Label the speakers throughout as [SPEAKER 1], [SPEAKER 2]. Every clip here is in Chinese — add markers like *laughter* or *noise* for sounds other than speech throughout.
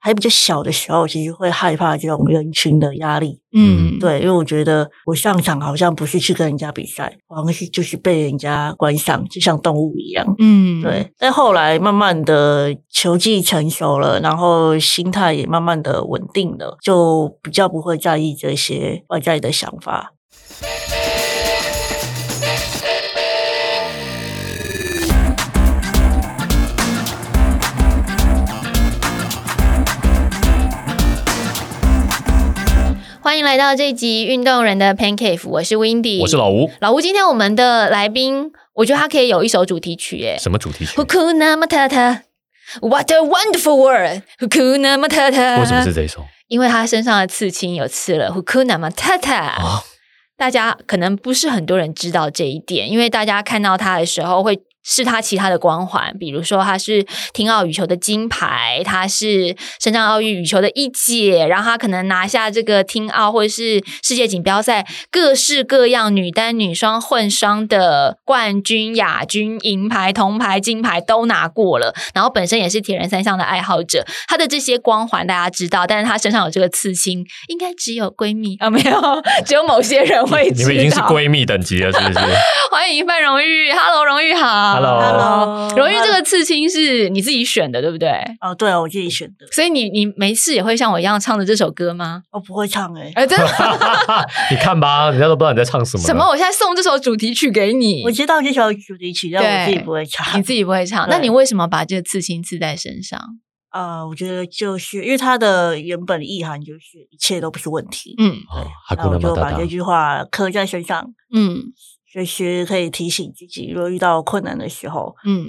[SPEAKER 1] 还比较小的时候，其实会害怕这种人群的压力。
[SPEAKER 2] 嗯，
[SPEAKER 1] 对，因为我觉得我上场好像不是去跟人家比赛，好像是就是被人家观赏，就像动物一样。
[SPEAKER 2] 嗯，
[SPEAKER 1] 对，但后来慢慢的球技成熟了，然后心态也慢慢的稳定了，就比较不会在意这些外在的想法。
[SPEAKER 2] 欢迎来到这一集《运动人的 Pan Cave》，我是 Windy，
[SPEAKER 3] 我是老吴。
[SPEAKER 2] 老吴。今天我们的来宾，我觉得他可以有一首主题曲，耶
[SPEAKER 3] 什么主题曲？
[SPEAKER 2] ，Hukuna Matata。What a wonderful world! Hukuna Matata。
[SPEAKER 3] 为什么是这一首？
[SPEAKER 2] 因为他身上的刺青有刺了 Hukuna Matata。
[SPEAKER 3] 啊
[SPEAKER 2] 大家可能不是很多人知道这一点，因为大家看到他的时候会。是他其他的光环，比如说他是听奥羽球的金牌，他是深圳奥运羽球的一姐，然后他可能拿下这个听奥或者是世界锦标赛各式各样女单、女双、混双的冠军、亚军、银牌、铜牌、金牌都拿过了。然后本身也是铁人三项的爱好者，他的这些光环大家知道，但是他身上有这个刺青，应该只有闺蜜啊，没有， *laughs* 只有某些人会知
[SPEAKER 3] 你
[SPEAKER 2] 道。
[SPEAKER 3] 们已经是闺蜜等级了，是
[SPEAKER 2] *laughs*
[SPEAKER 3] 不是？
[SPEAKER 2] 欢迎范荣玉，Hello，荣玉好
[SPEAKER 3] Hello
[SPEAKER 1] Hello
[SPEAKER 2] 荣玉这个刺青是你自己选的，对不对？
[SPEAKER 1] 哦，对啊，我自己选的，
[SPEAKER 2] 所以你你没事也会像我一样唱着这首歌吗？
[SPEAKER 1] 我不会唱欸诶、
[SPEAKER 2] 哎，真的
[SPEAKER 3] *laughs* 你看吧，人家都不知道你在唱什么。
[SPEAKER 2] 什么？？我现在送这首主题曲给你
[SPEAKER 1] 我，知道这首主题曲，但我自己不会唱。
[SPEAKER 2] 你自己不会唱，
[SPEAKER 1] *laughs* 对
[SPEAKER 2] 那你为什么把这个刺青刺在身上？
[SPEAKER 1] 啊、我觉得就是因为它的原本意涵就是一切都不是问题。
[SPEAKER 2] 嗯
[SPEAKER 3] 哦，哈
[SPEAKER 1] 那
[SPEAKER 3] 古
[SPEAKER 1] 啊我
[SPEAKER 3] 纳
[SPEAKER 1] 就
[SPEAKER 3] 马
[SPEAKER 1] 把
[SPEAKER 3] 达
[SPEAKER 1] 这
[SPEAKER 3] 达。
[SPEAKER 1] 句话刻在身上，
[SPEAKER 2] 嗯
[SPEAKER 1] 就是可以提醒自己，如果遇到困难的时候，
[SPEAKER 2] 嗯，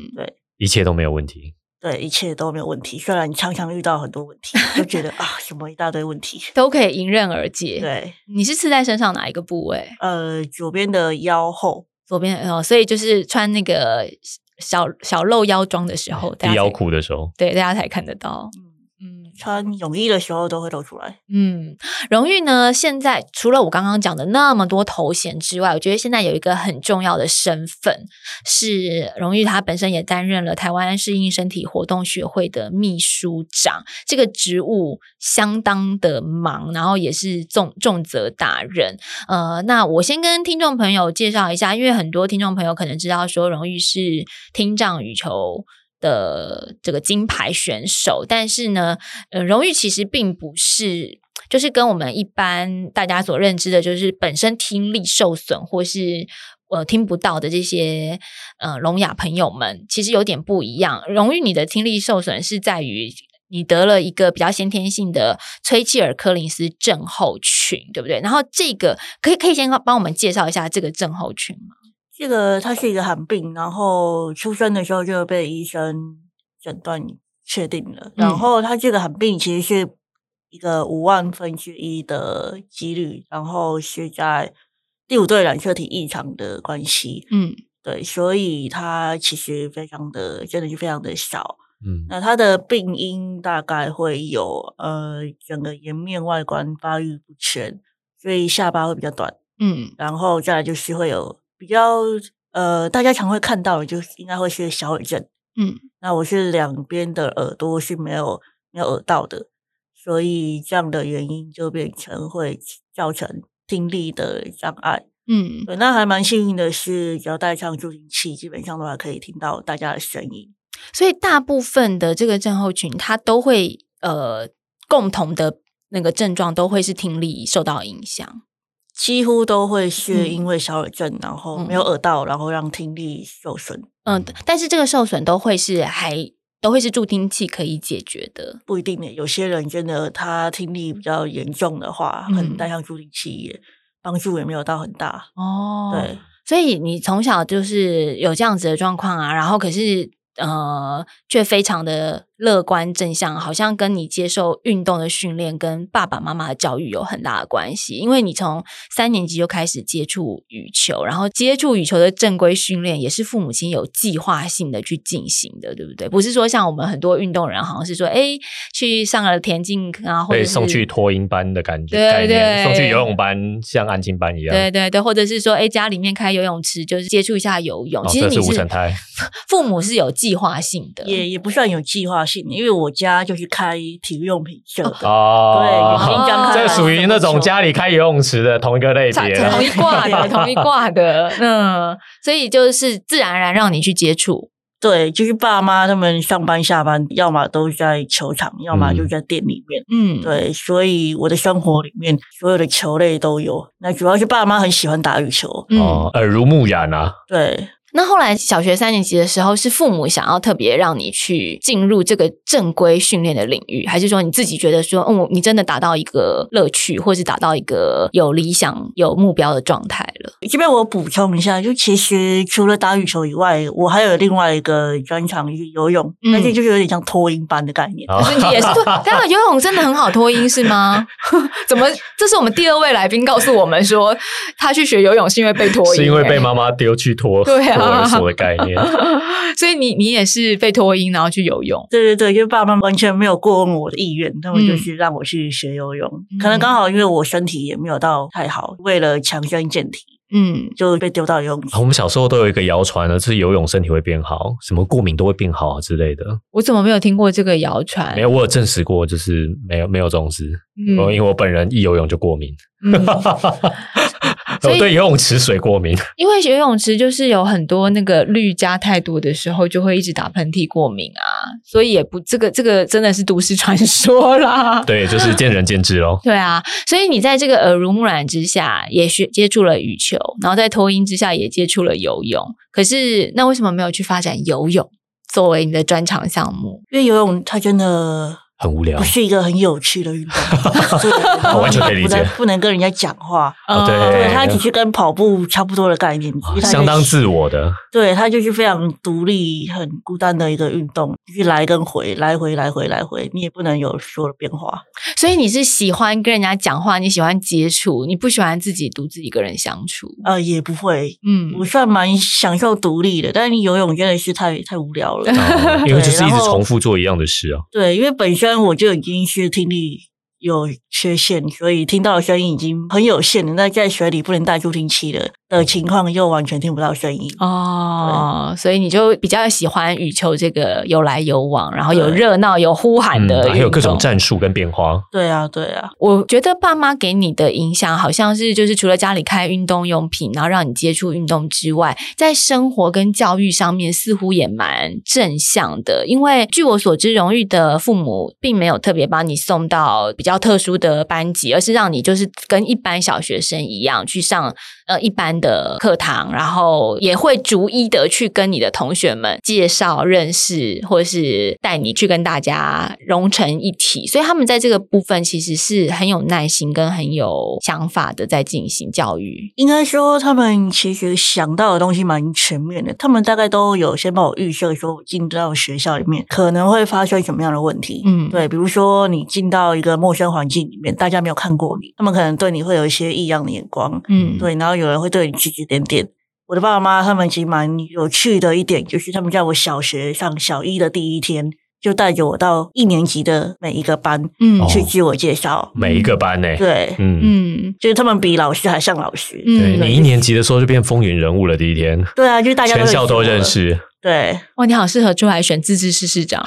[SPEAKER 3] 一切都没有问题。
[SPEAKER 1] 对一切都没有问题。虽然你常常遇到很多问题，就觉得 *laughs* 啊，什么一大堆问题。
[SPEAKER 2] 都可以迎刃而解。，
[SPEAKER 1] 对，
[SPEAKER 2] 你是刺在身上哪一个部位？
[SPEAKER 1] 呃，左边的腰后，
[SPEAKER 2] 左边哦，所以就是穿那个小小露腰装的时候，大
[SPEAKER 3] 哎低
[SPEAKER 2] 家
[SPEAKER 3] 腰
[SPEAKER 2] 才，
[SPEAKER 3] 裤的时候，
[SPEAKER 2] 对大家才看得到。
[SPEAKER 1] 嗯，
[SPEAKER 2] 嗯。
[SPEAKER 1] 穿泳衣的时候都会露出来。
[SPEAKER 2] 嗯，荣誉呢？现在除了我刚刚讲的那么多头衔之外，我觉得现在有一个很重要的身份是荣誉，他本身也担任了台湾适应身体活动学会的秘书长，这个职务相当的忙，然后也是重重责大任。呃，那我先跟听众朋友介绍一下，因为很多听众朋友可能知道说，荣誉是听障羽球。的这个金牌选手，但是呢，呃，荣誉其实并不是，就是跟我们一般大家所认知的，就是本身听力受损或是呃听不到的这些呃聋哑朋友们，其实有点不一样。荣誉你的听力受损是在于。你得了一个比较先天性的崔切尔柯林斯症候群，对不对？然后这个可以可以先帮我们介绍一下这个症候群吗？
[SPEAKER 1] 这个它是一个寒病，然后出生的时候就被医生诊断确定了。然
[SPEAKER 2] 嗯
[SPEAKER 1] 后它这个寒病其实是一个五万分之一的几率，然后是在第五对染色体异常的关系。
[SPEAKER 2] 嗯
[SPEAKER 1] 对，所以它其实非常的，真的是非常的少。
[SPEAKER 3] 嗯，
[SPEAKER 1] 那
[SPEAKER 2] 啊
[SPEAKER 1] 它的病因大概会有呃，整个颜面外观发育不全，所以下巴会比较短，
[SPEAKER 2] 嗯
[SPEAKER 1] 然后再来就是会有比较呃，大家常会看到的，就是应该会是小耳症。
[SPEAKER 2] 嗯
[SPEAKER 1] 那我是两边的耳朵是没有没有耳道的，所以这样的原因就变成会造成听力的障碍。
[SPEAKER 2] 嗯
[SPEAKER 1] 对，那还蛮幸运的是，只要带上助听器，基本上都还可以听到大家的声音。
[SPEAKER 2] 所以大部分的这个症候群，它都会呃共同的那个症状都会是听力受到影响。
[SPEAKER 1] 几乎都会是
[SPEAKER 2] 嗯
[SPEAKER 1] 因为小耳症，然后没有
[SPEAKER 2] 嗯
[SPEAKER 1] 耳道，然后让听力受损，
[SPEAKER 2] 嗯、但是这个受损都会是还都会是助听器可以解决的。
[SPEAKER 1] 不一定的。有些人真的他听力比较严重的话，可
[SPEAKER 3] 嗯
[SPEAKER 1] 能带上助听器也帮助也没有到很大。
[SPEAKER 2] 哦
[SPEAKER 1] 对，
[SPEAKER 2] 所以你从小就是有这样子的状况啊，然后可是呃，却非常的乐观正向，好像跟你接受运动的训练跟爸爸妈妈的教育有很大的关系。因为你从三年级就开始接触羽球，然后接触羽球的正规训练也是父母亲有计划性的去进行的，对不对？不是说像我们很多运动人好像是说，哎，去上了田径课啊，或者
[SPEAKER 3] 被
[SPEAKER 2] 是
[SPEAKER 3] 送去托婴班的感觉
[SPEAKER 2] 对
[SPEAKER 3] 概念，
[SPEAKER 2] 对
[SPEAKER 3] 送去游泳班，像安静班一样。
[SPEAKER 2] 对对对，或者是说，哎，家里面开游泳池，就是接触一下游泳。
[SPEAKER 3] 哦
[SPEAKER 2] 其实
[SPEAKER 3] 这
[SPEAKER 2] *laughs* 你
[SPEAKER 3] 是无尘胎
[SPEAKER 2] 父母是有计划性的，
[SPEAKER 1] 也也不算有计划性，因为我家就是开体育用品社的，
[SPEAKER 3] 哦，
[SPEAKER 1] 对，远近江
[SPEAKER 2] 哦
[SPEAKER 1] 开
[SPEAKER 3] 这
[SPEAKER 1] 来
[SPEAKER 3] 属于那种
[SPEAKER 1] 怎么说
[SPEAKER 3] 家里开游泳池的同一个类
[SPEAKER 2] 差
[SPEAKER 3] 别。啊
[SPEAKER 2] 同一挂的，
[SPEAKER 3] *laughs*
[SPEAKER 1] 对
[SPEAKER 2] 同一挂的，嗯，所以就是自然而然让你去接触，
[SPEAKER 1] 对，就是爸妈他们上班下班，要么都在球场，要么就在店里面。
[SPEAKER 2] 嗯，
[SPEAKER 1] 对，所以我的生活里面所有的球类都有。那主要是爸妈很喜欢打羽球，
[SPEAKER 3] 哦，耳濡目染啊，
[SPEAKER 1] 对，
[SPEAKER 2] 嗯那后来小学三年级的时候，是父母想要特别让你去进入这个正规训练的领域，还是说你自己觉得说，嗯，我你真的达到一个乐趣，或是达到一个有理想、有目标的状态了？
[SPEAKER 1] 这边我补充一下，就其实除了打羽球以外，我还有另外一个专长就是游泳，
[SPEAKER 2] 嗯
[SPEAKER 1] 但是就是有点像托音班的概念。
[SPEAKER 2] *laughs*
[SPEAKER 3] 哦
[SPEAKER 2] 所以你也是，对当然游泳真的很好脱音是
[SPEAKER 3] *laughs*
[SPEAKER 2] 吗？怎么？这是我们第二位来宾告诉我们说，他去学游泳是因为被脱音、哎
[SPEAKER 3] 是因为被妈妈丢去托托
[SPEAKER 2] 对啊
[SPEAKER 3] 儿所的概念。
[SPEAKER 2] 欸， *laughs* 所以你你也是被脱音然后去游泳，
[SPEAKER 1] *laughs* 对对对，就是爸妈完全没有过问我的意愿，他们就
[SPEAKER 2] 嗯
[SPEAKER 1] 是让我去学游泳。
[SPEAKER 2] 嗯
[SPEAKER 1] 可能刚好因为我身体也没有到太好，为了强身健体，
[SPEAKER 2] 嗯，
[SPEAKER 1] 就被丢到游泳池。
[SPEAKER 3] 我们小时候都有一个谣传呢，啊就是游泳身体会变好，什么过敏都会变好啊之类的。
[SPEAKER 2] 我怎么没有听过这个谣传？
[SPEAKER 3] 没有，我有证实过，就是没有没有这种事。我、
[SPEAKER 2] 嗯，
[SPEAKER 3] 因为我本人一游泳就过敏， *laughs*
[SPEAKER 2] 嗯所以
[SPEAKER 3] 我对游泳池水过敏。
[SPEAKER 2] 因为游泳池就是有很多那个氯加太多的时候，就会一直打喷嚏、过敏啊，所以也不这个这个真的是都市传说啦。
[SPEAKER 3] 对，就是见仁见智
[SPEAKER 2] *laughs*
[SPEAKER 3] 咯。
[SPEAKER 2] 对啊，所以你在这个耳濡目染之下，也学接触了羽球，然后在投音之下也接触了游泳。可是那为什么没有去发展游泳作为你的专长项目？
[SPEAKER 1] 因为游泳它真的
[SPEAKER 3] 很无聊
[SPEAKER 1] 不。是一个很有趣的运
[SPEAKER 3] *laughs*
[SPEAKER 1] 动，所以
[SPEAKER 3] 我完全可以理
[SPEAKER 1] 不
[SPEAKER 3] 解
[SPEAKER 1] 能不能跟人家讲话。
[SPEAKER 3] 哦对
[SPEAKER 2] 嗯
[SPEAKER 1] 对，它只是跟跑步差不多的概念，就是它就是
[SPEAKER 3] 啊相当自我的，
[SPEAKER 1] 对，它就是非常独立、很孤单的一个运动，就是来跟回，来回，来回，来回，你也不能有所有的变化。
[SPEAKER 2] 所以你是喜欢跟人家讲话，你喜欢接触，你不喜欢自己独自一个人相处。
[SPEAKER 1] 呃，也不会，
[SPEAKER 2] 嗯，
[SPEAKER 1] 我算蛮享受独立的，但是游泳真的是太太无聊
[SPEAKER 3] *laughs*
[SPEAKER 1] 了。
[SPEAKER 3] 哦因为就
[SPEAKER 1] 对
[SPEAKER 3] 是一直
[SPEAKER 1] 然后
[SPEAKER 3] 重复做一样的事啊。
[SPEAKER 1] 对，因为本身我就已经是听力有缺陷，所以听到的声音已经很有限了。那在水里不能带助听器的的情况，又完全听不到声音。
[SPEAKER 2] 哦，所以你就比较喜欢羽球这个有来有往，然后有
[SPEAKER 1] 对
[SPEAKER 2] 热闹、有呼喊的、
[SPEAKER 3] 嗯还有各种。战术跟变化。
[SPEAKER 1] 对啊，对啊，
[SPEAKER 2] 我觉得爸妈给你的影响，好像是就是除了家里开运动用品，然后让你接触运动之外，在生活跟教育上面似乎也蛮正向的。因为据我所知，荣誉的父母并没有特别把你送到比较特殊的班级，而是让你就是跟一般小学生一样去上呃一般的课堂，然后也会逐一的去跟你的同学们介绍、认识，或是带你去跟大家融成一体。所以他们在这个部分其实是很有耐心跟很有想法的在进行教育。
[SPEAKER 1] 应该说他们其实想到的东西蛮全面的，他们大概都有先帮我预设，说我进到学校里面可能会发生什么样的问题。
[SPEAKER 2] 嗯
[SPEAKER 1] 对，比如说你进到一个陌生环境里面，大家没有看过你，他们可能对你会有一些异样的眼光。
[SPEAKER 2] 嗯，
[SPEAKER 1] 对，然后有人会对你指指点点。我的爸妈他们其实蛮有趣的一点，就是他们在我小学上小一的第一天，就带着我到一年级的每一个班
[SPEAKER 2] 嗯
[SPEAKER 3] 哦
[SPEAKER 1] 去自我介绍。
[SPEAKER 3] 每一个班呢、
[SPEAKER 1] 对，
[SPEAKER 3] 嗯，
[SPEAKER 2] 嗯
[SPEAKER 1] 就是他们比老师还像老师。
[SPEAKER 3] 对
[SPEAKER 2] 嗯，
[SPEAKER 3] 你一年级的时候就变风云人物了，第一天，
[SPEAKER 1] 对啊，就是大家
[SPEAKER 3] 全校都
[SPEAKER 1] 我了
[SPEAKER 3] 认。识，
[SPEAKER 1] 对，
[SPEAKER 2] 哇，你好适合出来选自治市市
[SPEAKER 3] *laughs*
[SPEAKER 2] 长。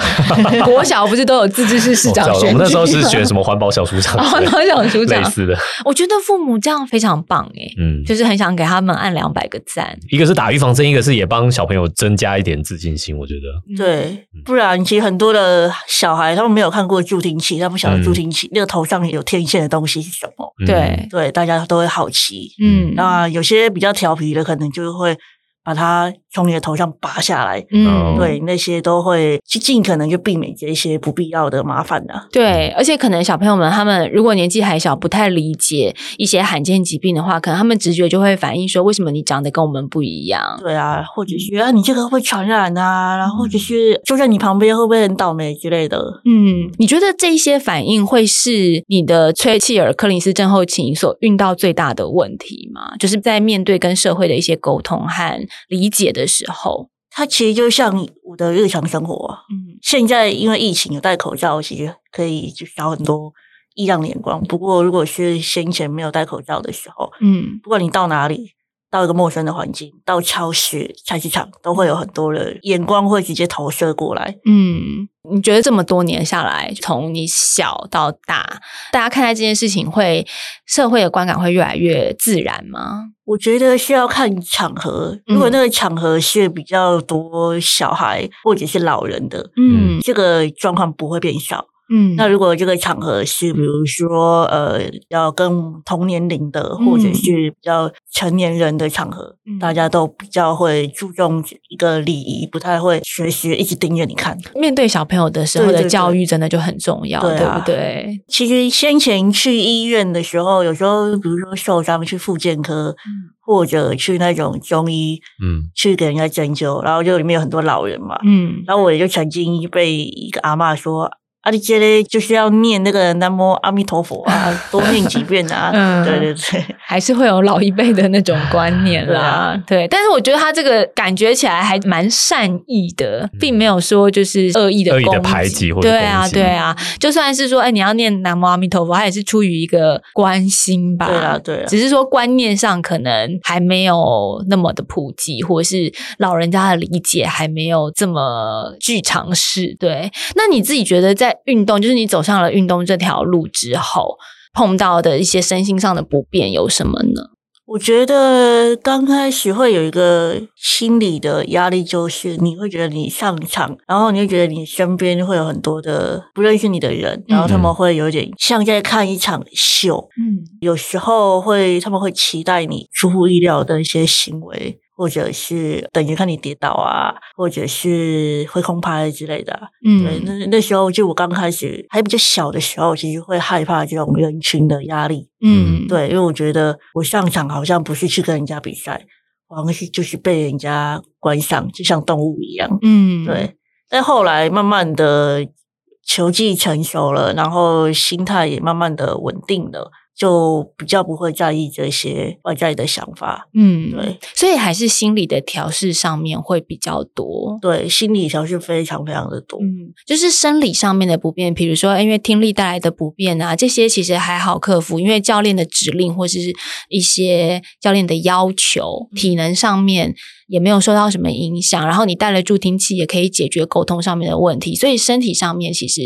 [SPEAKER 2] 国小不是都有自治市市
[SPEAKER 3] 哦
[SPEAKER 2] 长
[SPEAKER 3] 叫
[SPEAKER 2] 选举
[SPEAKER 3] 我
[SPEAKER 2] 吗？
[SPEAKER 3] 们那时候是选什么环保小组长
[SPEAKER 2] *laughs* 哦
[SPEAKER 3] 之类的，
[SPEAKER 2] 环保小组长
[SPEAKER 3] 类似的，
[SPEAKER 2] 我觉得父母这样非常棒诶，
[SPEAKER 3] 嗯，
[SPEAKER 2] 就是很想给他们按两百个赞。
[SPEAKER 3] 一个是打预防针，一个是也帮小朋友增加一点自信心，我觉得
[SPEAKER 1] 对，
[SPEAKER 3] 嗯
[SPEAKER 1] 不然其实很多的小孩他们没有看过助听器，他不晓得
[SPEAKER 3] 嗯
[SPEAKER 1] 助听器、那个头上有天线的东西是什么。
[SPEAKER 3] 嗯
[SPEAKER 2] 对，
[SPEAKER 1] 对，大家都会好奇。
[SPEAKER 2] 嗯，
[SPEAKER 1] 那有些比较调皮的，可能就会把它从你的头上拔下来。
[SPEAKER 2] 嗯
[SPEAKER 3] 哦，
[SPEAKER 1] 对，那些都会去尽可能就避免这一些不必要的麻烦啊的、
[SPEAKER 2] 对，而且可能小朋友们他们如果年纪还小，不太理解一些罕见疾病的话，可能他们直觉就会反映说，为什么你长得跟我们不一样？
[SPEAKER 1] 对啊，或者是啊，你这个会不会传染
[SPEAKER 3] 嗯
[SPEAKER 1] 啊？然后或者是就在你旁边会不会很倒霉之类的？
[SPEAKER 2] 嗯，你觉得这一些反应会是你的崔切尔克林斯症候群所遇到最大的问题吗？就是在面对跟社会的一些沟通和理解的时候，
[SPEAKER 1] 它其实就像我的日常生活啊、
[SPEAKER 2] 嗯
[SPEAKER 1] 现在因为疫情有戴口罩，其实可以就少很多异样的眼光。不过如果是先前没有戴口罩的时候，
[SPEAKER 2] 嗯
[SPEAKER 1] 不管你到哪里，到一个陌生的环境，到超市、菜市场，都会有很多的眼光会直接投射过来。
[SPEAKER 2] 嗯，你觉得这么多年下来，从你小到大，大家看待这件事情会，社会的观感会越来越自然吗？
[SPEAKER 1] 我觉得是要看场合，如果那个场合是比较多小孩或者是老人的，
[SPEAKER 2] 嗯
[SPEAKER 1] 这个状况不会变少。
[SPEAKER 2] 嗯，
[SPEAKER 1] 那如果这个场合是比如说呃，要跟同年龄的或者是比较成年人的场合，
[SPEAKER 2] 嗯
[SPEAKER 1] 大家都比较会注重一个礼仪，不太会随时一直盯着你看。
[SPEAKER 2] 面对小朋友的时候
[SPEAKER 1] 对对
[SPEAKER 2] 的
[SPEAKER 1] 对
[SPEAKER 2] 教育真的就很重要，
[SPEAKER 1] 对啊
[SPEAKER 2] 不对？
[SPEAKER 1] 其实先前去医院的时候，有时候比如说受伤去复健科，
[SPEAKER 2] 嗯
[SPEAKER 1] 或者去那种中医
[SPEAKER 3] 嗯，
[SPEAKER 1] 去给人家针灸，然后就里面有很多老人嘛，
[SPEAKER 2] 嗯
[SPEAKER 1] 然后我就曾经被一个阿嬷说：“啊，你这嘞就是要念那个南无阿弥陀佛啊，多念几遍啊。
[SPEAKER 2] *laughs* 嗯
[SPEAKER 1] 对对对，
[SPEAKER 2] 还是会有老一辈的那种观念
[SPEAKER 1] 对
[SPEAKER 2] 啦
[SPEAKER 1] 啊，
[SPEAKER 2] 对。但是我觉得他这个感觉起来还蛮善意的，并没有说就是恶意的
[SPEAKER 3] 嗯恶意的
[SPEAKER 2] 攻击
[SPEAKER 3] 排挤或者
[SPEAKER 2] 对啊，
[SPEAKER 3] 攻击
[SPEAKER 2] 对啊。就算是说，哎，你要念南无阿弥陀佛，他也是出于一个关心吧，
[SPEAKER 1] *laughs* 对啊对啊
[SPEAKER 2] 只是说观念上可能还没有那么的普及，或者是老人家的理解还没有这么具尝试。对，那你自己觉得在运动，就是你走上了运动这条路之后，碰到的一些身心上的不便有什么呢？
[SPEAKER 1] 我觉得刚开始会有一个心理的压力，就是你会觉得你上场，然后你会觉得你身边会有很多的不认识你的人，然后他们会有点像在看一场秀，
[SPEAKER 2] 嗯
[SPEAKER 1] 有时候会他们会期待你出乎意料的一些行为。或者是等着看你跌倒啊，或者是会空拍之类的啊、对，
[SPEAKER 2] 嗯
[SPEAKER 1] 那那时候就我刚开始还比较小的时候，其实会害怕这种人群的压力。
[SPEAKER 2] 嗯，
[SPEAKER 1] 对，因为我觉得我上场好像不是去跟人家比赛，我好像是就是被人家观赏，就像动物一样。
[SPEAKER 2] 嗯
[SPEAKER 1] 对，但后来慢慢的球技成熟了，然后心态也慢慢的稳定了，就比较不会在意这些外在的想法。
[SPEAKER 2] 嗯
[SPEAKER 1] 对，
[SPEAKER 2] 所以还是心理的调试上面会比较多。
[SPEAKER 1] 对，心理调试非常非常的多。
[SPEAKER 2] 嗯，就是生理上面的不便，比如说因为听力带来的不便啊，这些其实还好克服，因为教练的指令或是一些教练的要求，
[SPEAKER 1] 嗯
[SPEAKER 2] 体能上面也没有受到什么影响，然后你带了助听器也可以解决沟通上面的问题，所以身体上面其实，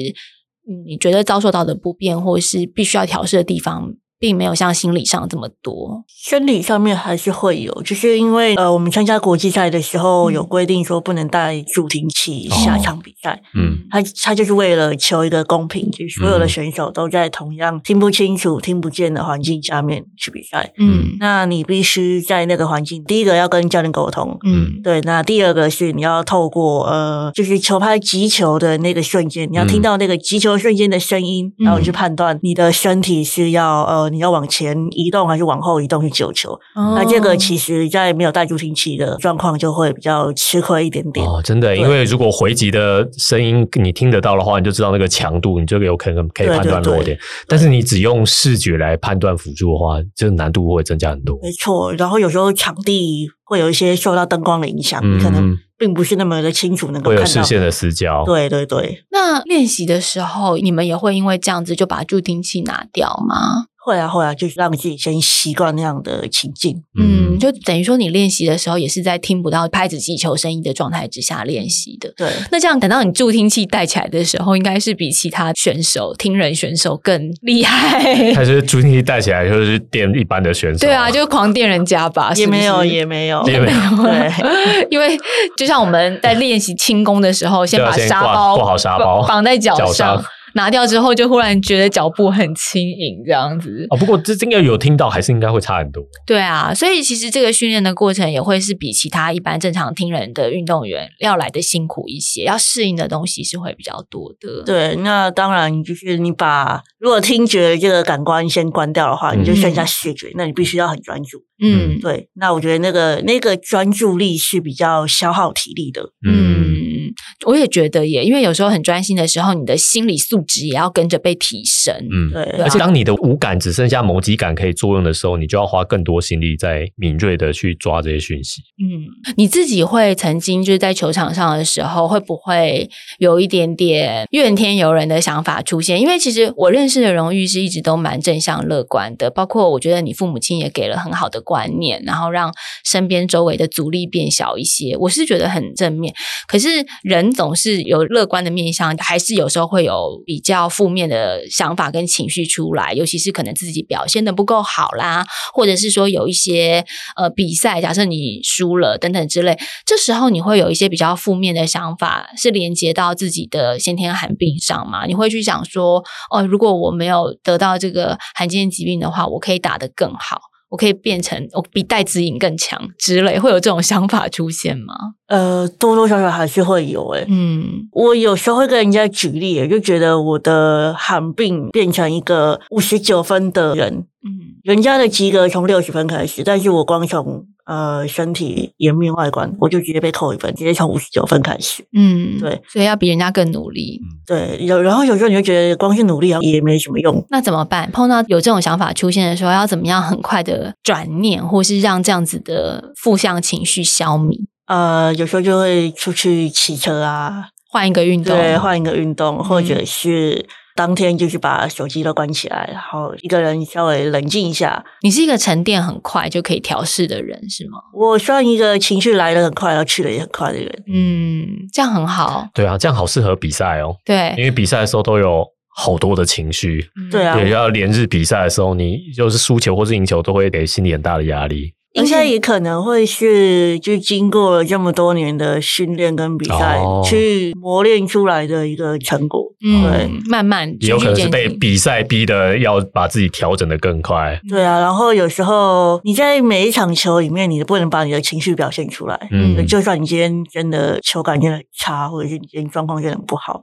[SPEAKER 2] 嗯，你觉得遭受到的不便或是必须要调试的地方，并没有像心理上这么多。
[SPEAKER 1] 生理上面还是会有，就是因为呃，我们参加国际赛的时候
[SPEAKER 2] 嗯
[SPEAKER 1] 有规定说不能带助听器
[SPEAKER 3] 哦
[SPEAKER 1] 下场比赛，
[SPEAKER 3] 嗯
[SPEAKER 1] 他他就是为了求一个公平，就是所有
[SPEAKER 2] 嗯
[SPEAKER 1] 的选手都在同样听不清楚、听不见的环境下面去比赛。
[SPEAKER 2] 嗯
[SPEAKER 1] 那你必须在那个环境，第一个要跟教练沟通，
[SPEAKER 2] 嗯
[SPEAKER 1] 对，那第二个是你要透过呃，就是球拍击球的那个瞬间，你要听
[SPEAKER 3] 嗯
[SPEAKER 1] 到那个击球瞬间的声音，然后你去判断你的身体是要呃，你要往前移动还是往后移动去救球。那这
[SPEAKER 2] 哦
[SPEAKER 1] 个
[SPEAKER 3] 哦
[SPEAKER 1] 其实，在没有带助听器的状况，就会比较吃亏一点点。
[SPEAKER 3] 哦，真的，因为如果回击的声音你听得到的话，你就知道那个强度，你就有可能可以
[SPEAKER 1] 对
[SPEAKER 3] 判断
[SPEAKER 1] 对对
[SPEAKER 3] 弱点。但是你只用视觉来判断辅助的话，这难度会增加很多。
[SPEAKER 1] 没错，然后有时候场地会有一些受到灯光的影响，
[SPEAKER 3] 嗯
[SPEAKER 1] 你可能
[SPEAKER 3] 嗯
[SPEAKER 1] 并不是那么的清楚能够
[SPEAKER 3] 会
[SPEAKER 1] 看
[SPEAKER 3] 有
[SPEAKER 1] 到。
[SPEAKER 3] 视线的哦死角。
[SPEAKER 1] 对对对，
[SPEAKER 2] 那练习的时候，你们也会因为这样子就把助听器拿掉吗？
[SPEAKER 1] 会啊会啊，就是让自己先习惯那样的情境。
[SPEAKER 2] 嗯，就等于说你练习的时候也是在听不到拍子击球声音的状态之下练习的。
[SPEAKER 1] 对，
[SPEAKER 2] 那这样等到你助听器戴起来的时候，应该是比其他选手听人选手更厉害。 *laughs*
[SPEAKER 3] 他就是助听器带起来就是电一般的选手。
[SPEAKER 2] 对啊，就狂电人家吧，
[SPEAKER 1] 也
[SPEAKER 2] 是不
[SPEAKER 1] 没有
[SPEAKER 2] 是
[SPEAKER 1] 也没有， *laughs*
[SPEAKER 3] 也没有
[SPEAKER 1] 对，
[SPEAKER 2] *laughs* 因为就像我们在练习轻功的时候，先把
[SPEAKER 3] 先
[SPEAKER 2] 沙
[SPEAKER 3] 挂
[SPEAKER 2] 包
[SPEAKER 3] 挂好沙包
[SPEAKER 2] 绑绑在脚
[SPEAKER 3] 脚
[SPEAKER 2] 上
[SPEAKER 3] 上，
[SPEAKER 2] 拿掉之后，就忽然觉得脚步很轻盈，这样子。
[SPEAKER 3] 哦，不过这应该有听到，还是应该会差很多。
[SPEAKER 2] 对啊，所以其实这个训练的过程也会是比其他一般正常听人的运动员要来的辛苦一些，要适应的东西是会比较多的。，
[SPEAKER 1] 对，那当然就是你把如果听觉这个感官先关掉的话，
[SPEAKER 3] 嗯
[SPEAKER 1] 你就剩下视觉，那你必须要很专注。
[SPEAKER 2] 嗯，
[SPEAKER 1] 对，那我觉得那个那个专注力是比较消耗体力的。
[SPEAKER 2] 嗯。嗯，我也觉得耶，因为有时候很专心的时候，你的心理素质也要跟着被提升。
[SPEAKER 3] 嗯，
[SPEAKER 1] 对
[SPEAKER 2] 啊
[SPEAKER 3] 而且当你的五感只剩下某几感可以作用的时候，你就要花更多心力在敏锐的去抓这些讯息。
[SPEAKER 2] 嗯，你自己会曾经就是在球场上的时候，会不会有一点点怨天尤人的想法出现？因为其实我认识的荣誉是一直都蛮正向乐观的，包括我觉得你父母亲也给了很好的观念，然后让身边周围的阻力变小一些，我是觉得很正面。可是人总是有乐观的面向，还是有时候会有比较负面的想法跟情绪出来，尤其是可能自己表现的不够好啦，或者是说有一些呃比赛，假设你输了等等之类，这时候你会有一些比较负面的想法，是连接到自己的先天寒病上嘛？你会去想说，哦，如果我没有得到这个罕见疾病的话，我可以打得更好。我可以变成我比戴子颖更强之类，会有这种想法出现吗？
[SPEAKER 1] 呃，多多少少还是会有诶、
[SPEAKER 2] 嗯
[SPEAKER 1] 我有时候会跟人家举例耶，就觉得我的寒病变成一个五十九分的人，
[SPEAKER 2] 嗯
[SPEAKER 1] 人家的及格从六十分开始，但是我光从呃身体颜面外观，我就直接被扣一分，直接从五十九分开始。
[SPEAKER 2] 嗯，
[SPEAKER 1] 对，
[SPEAKER 2] 所以要比人家更努力。
[SPEAKER 1] 对，有然后有时候你就觉得光是努力啊也没什么用，
[SPEAKER 2] 那怎么办？碰到有这种想法出现的时候，要怎么样很快的转念，或是让这样子的负向情绪消弭？
[SPEAKER 1] 呃，有时候就会出去骑车啊，
[SPEAKER 2] 换一个运动，
[SPEAKER 1] 对，换一个运动，或者
[SPEAKER 2] 嗯
[SPEAKER 1] 是当天就是把手机都关起来，然后一个人稍微冷静一下。
[SPEAKER 2] 你是一个沉淀很快就可以调试的人，是吗？
[SPEAKER 1] 我算一个情绪来得很快，然后去得也很快的人。
[SPEAKER 2] 嗯，这样很好。
[SPEAKER 3] 对啊，这样好适合比赛哦，因
[SPEAKER 2] 对，
[SPEAKER 3] 为比赛的时候都有好多的情绪。
[SPEAKER 1] 对啊
[SPEAKER 3] 对，要连日比赛的时候，你就是输球或是赢球，都会给心理很大的压力。
[SPEAKER 1] 应该也可能会是，就经过了这么多年的训练跟比赛，
[SPEAKER 3] 哦
[SPEAKER 1] 去磨练出来的一个成果。对
[SPEAKER 2] 嗯，慢慢
[SPEAKER 3] 也有可能是被
[SPEAKER 2] 循序渐进
[SPEAKER 3] 比赛逼的，要把自己调整的更快。
[SPEAKER 1] 对啊，然后有时候你在每一场球里面，你都不能把你的情绪表现出来。
[SPEAKER 3] 嗯，
[SPEAKER 1] 就算你今天真的球感真的很差，或者是你今天状况真的很不好，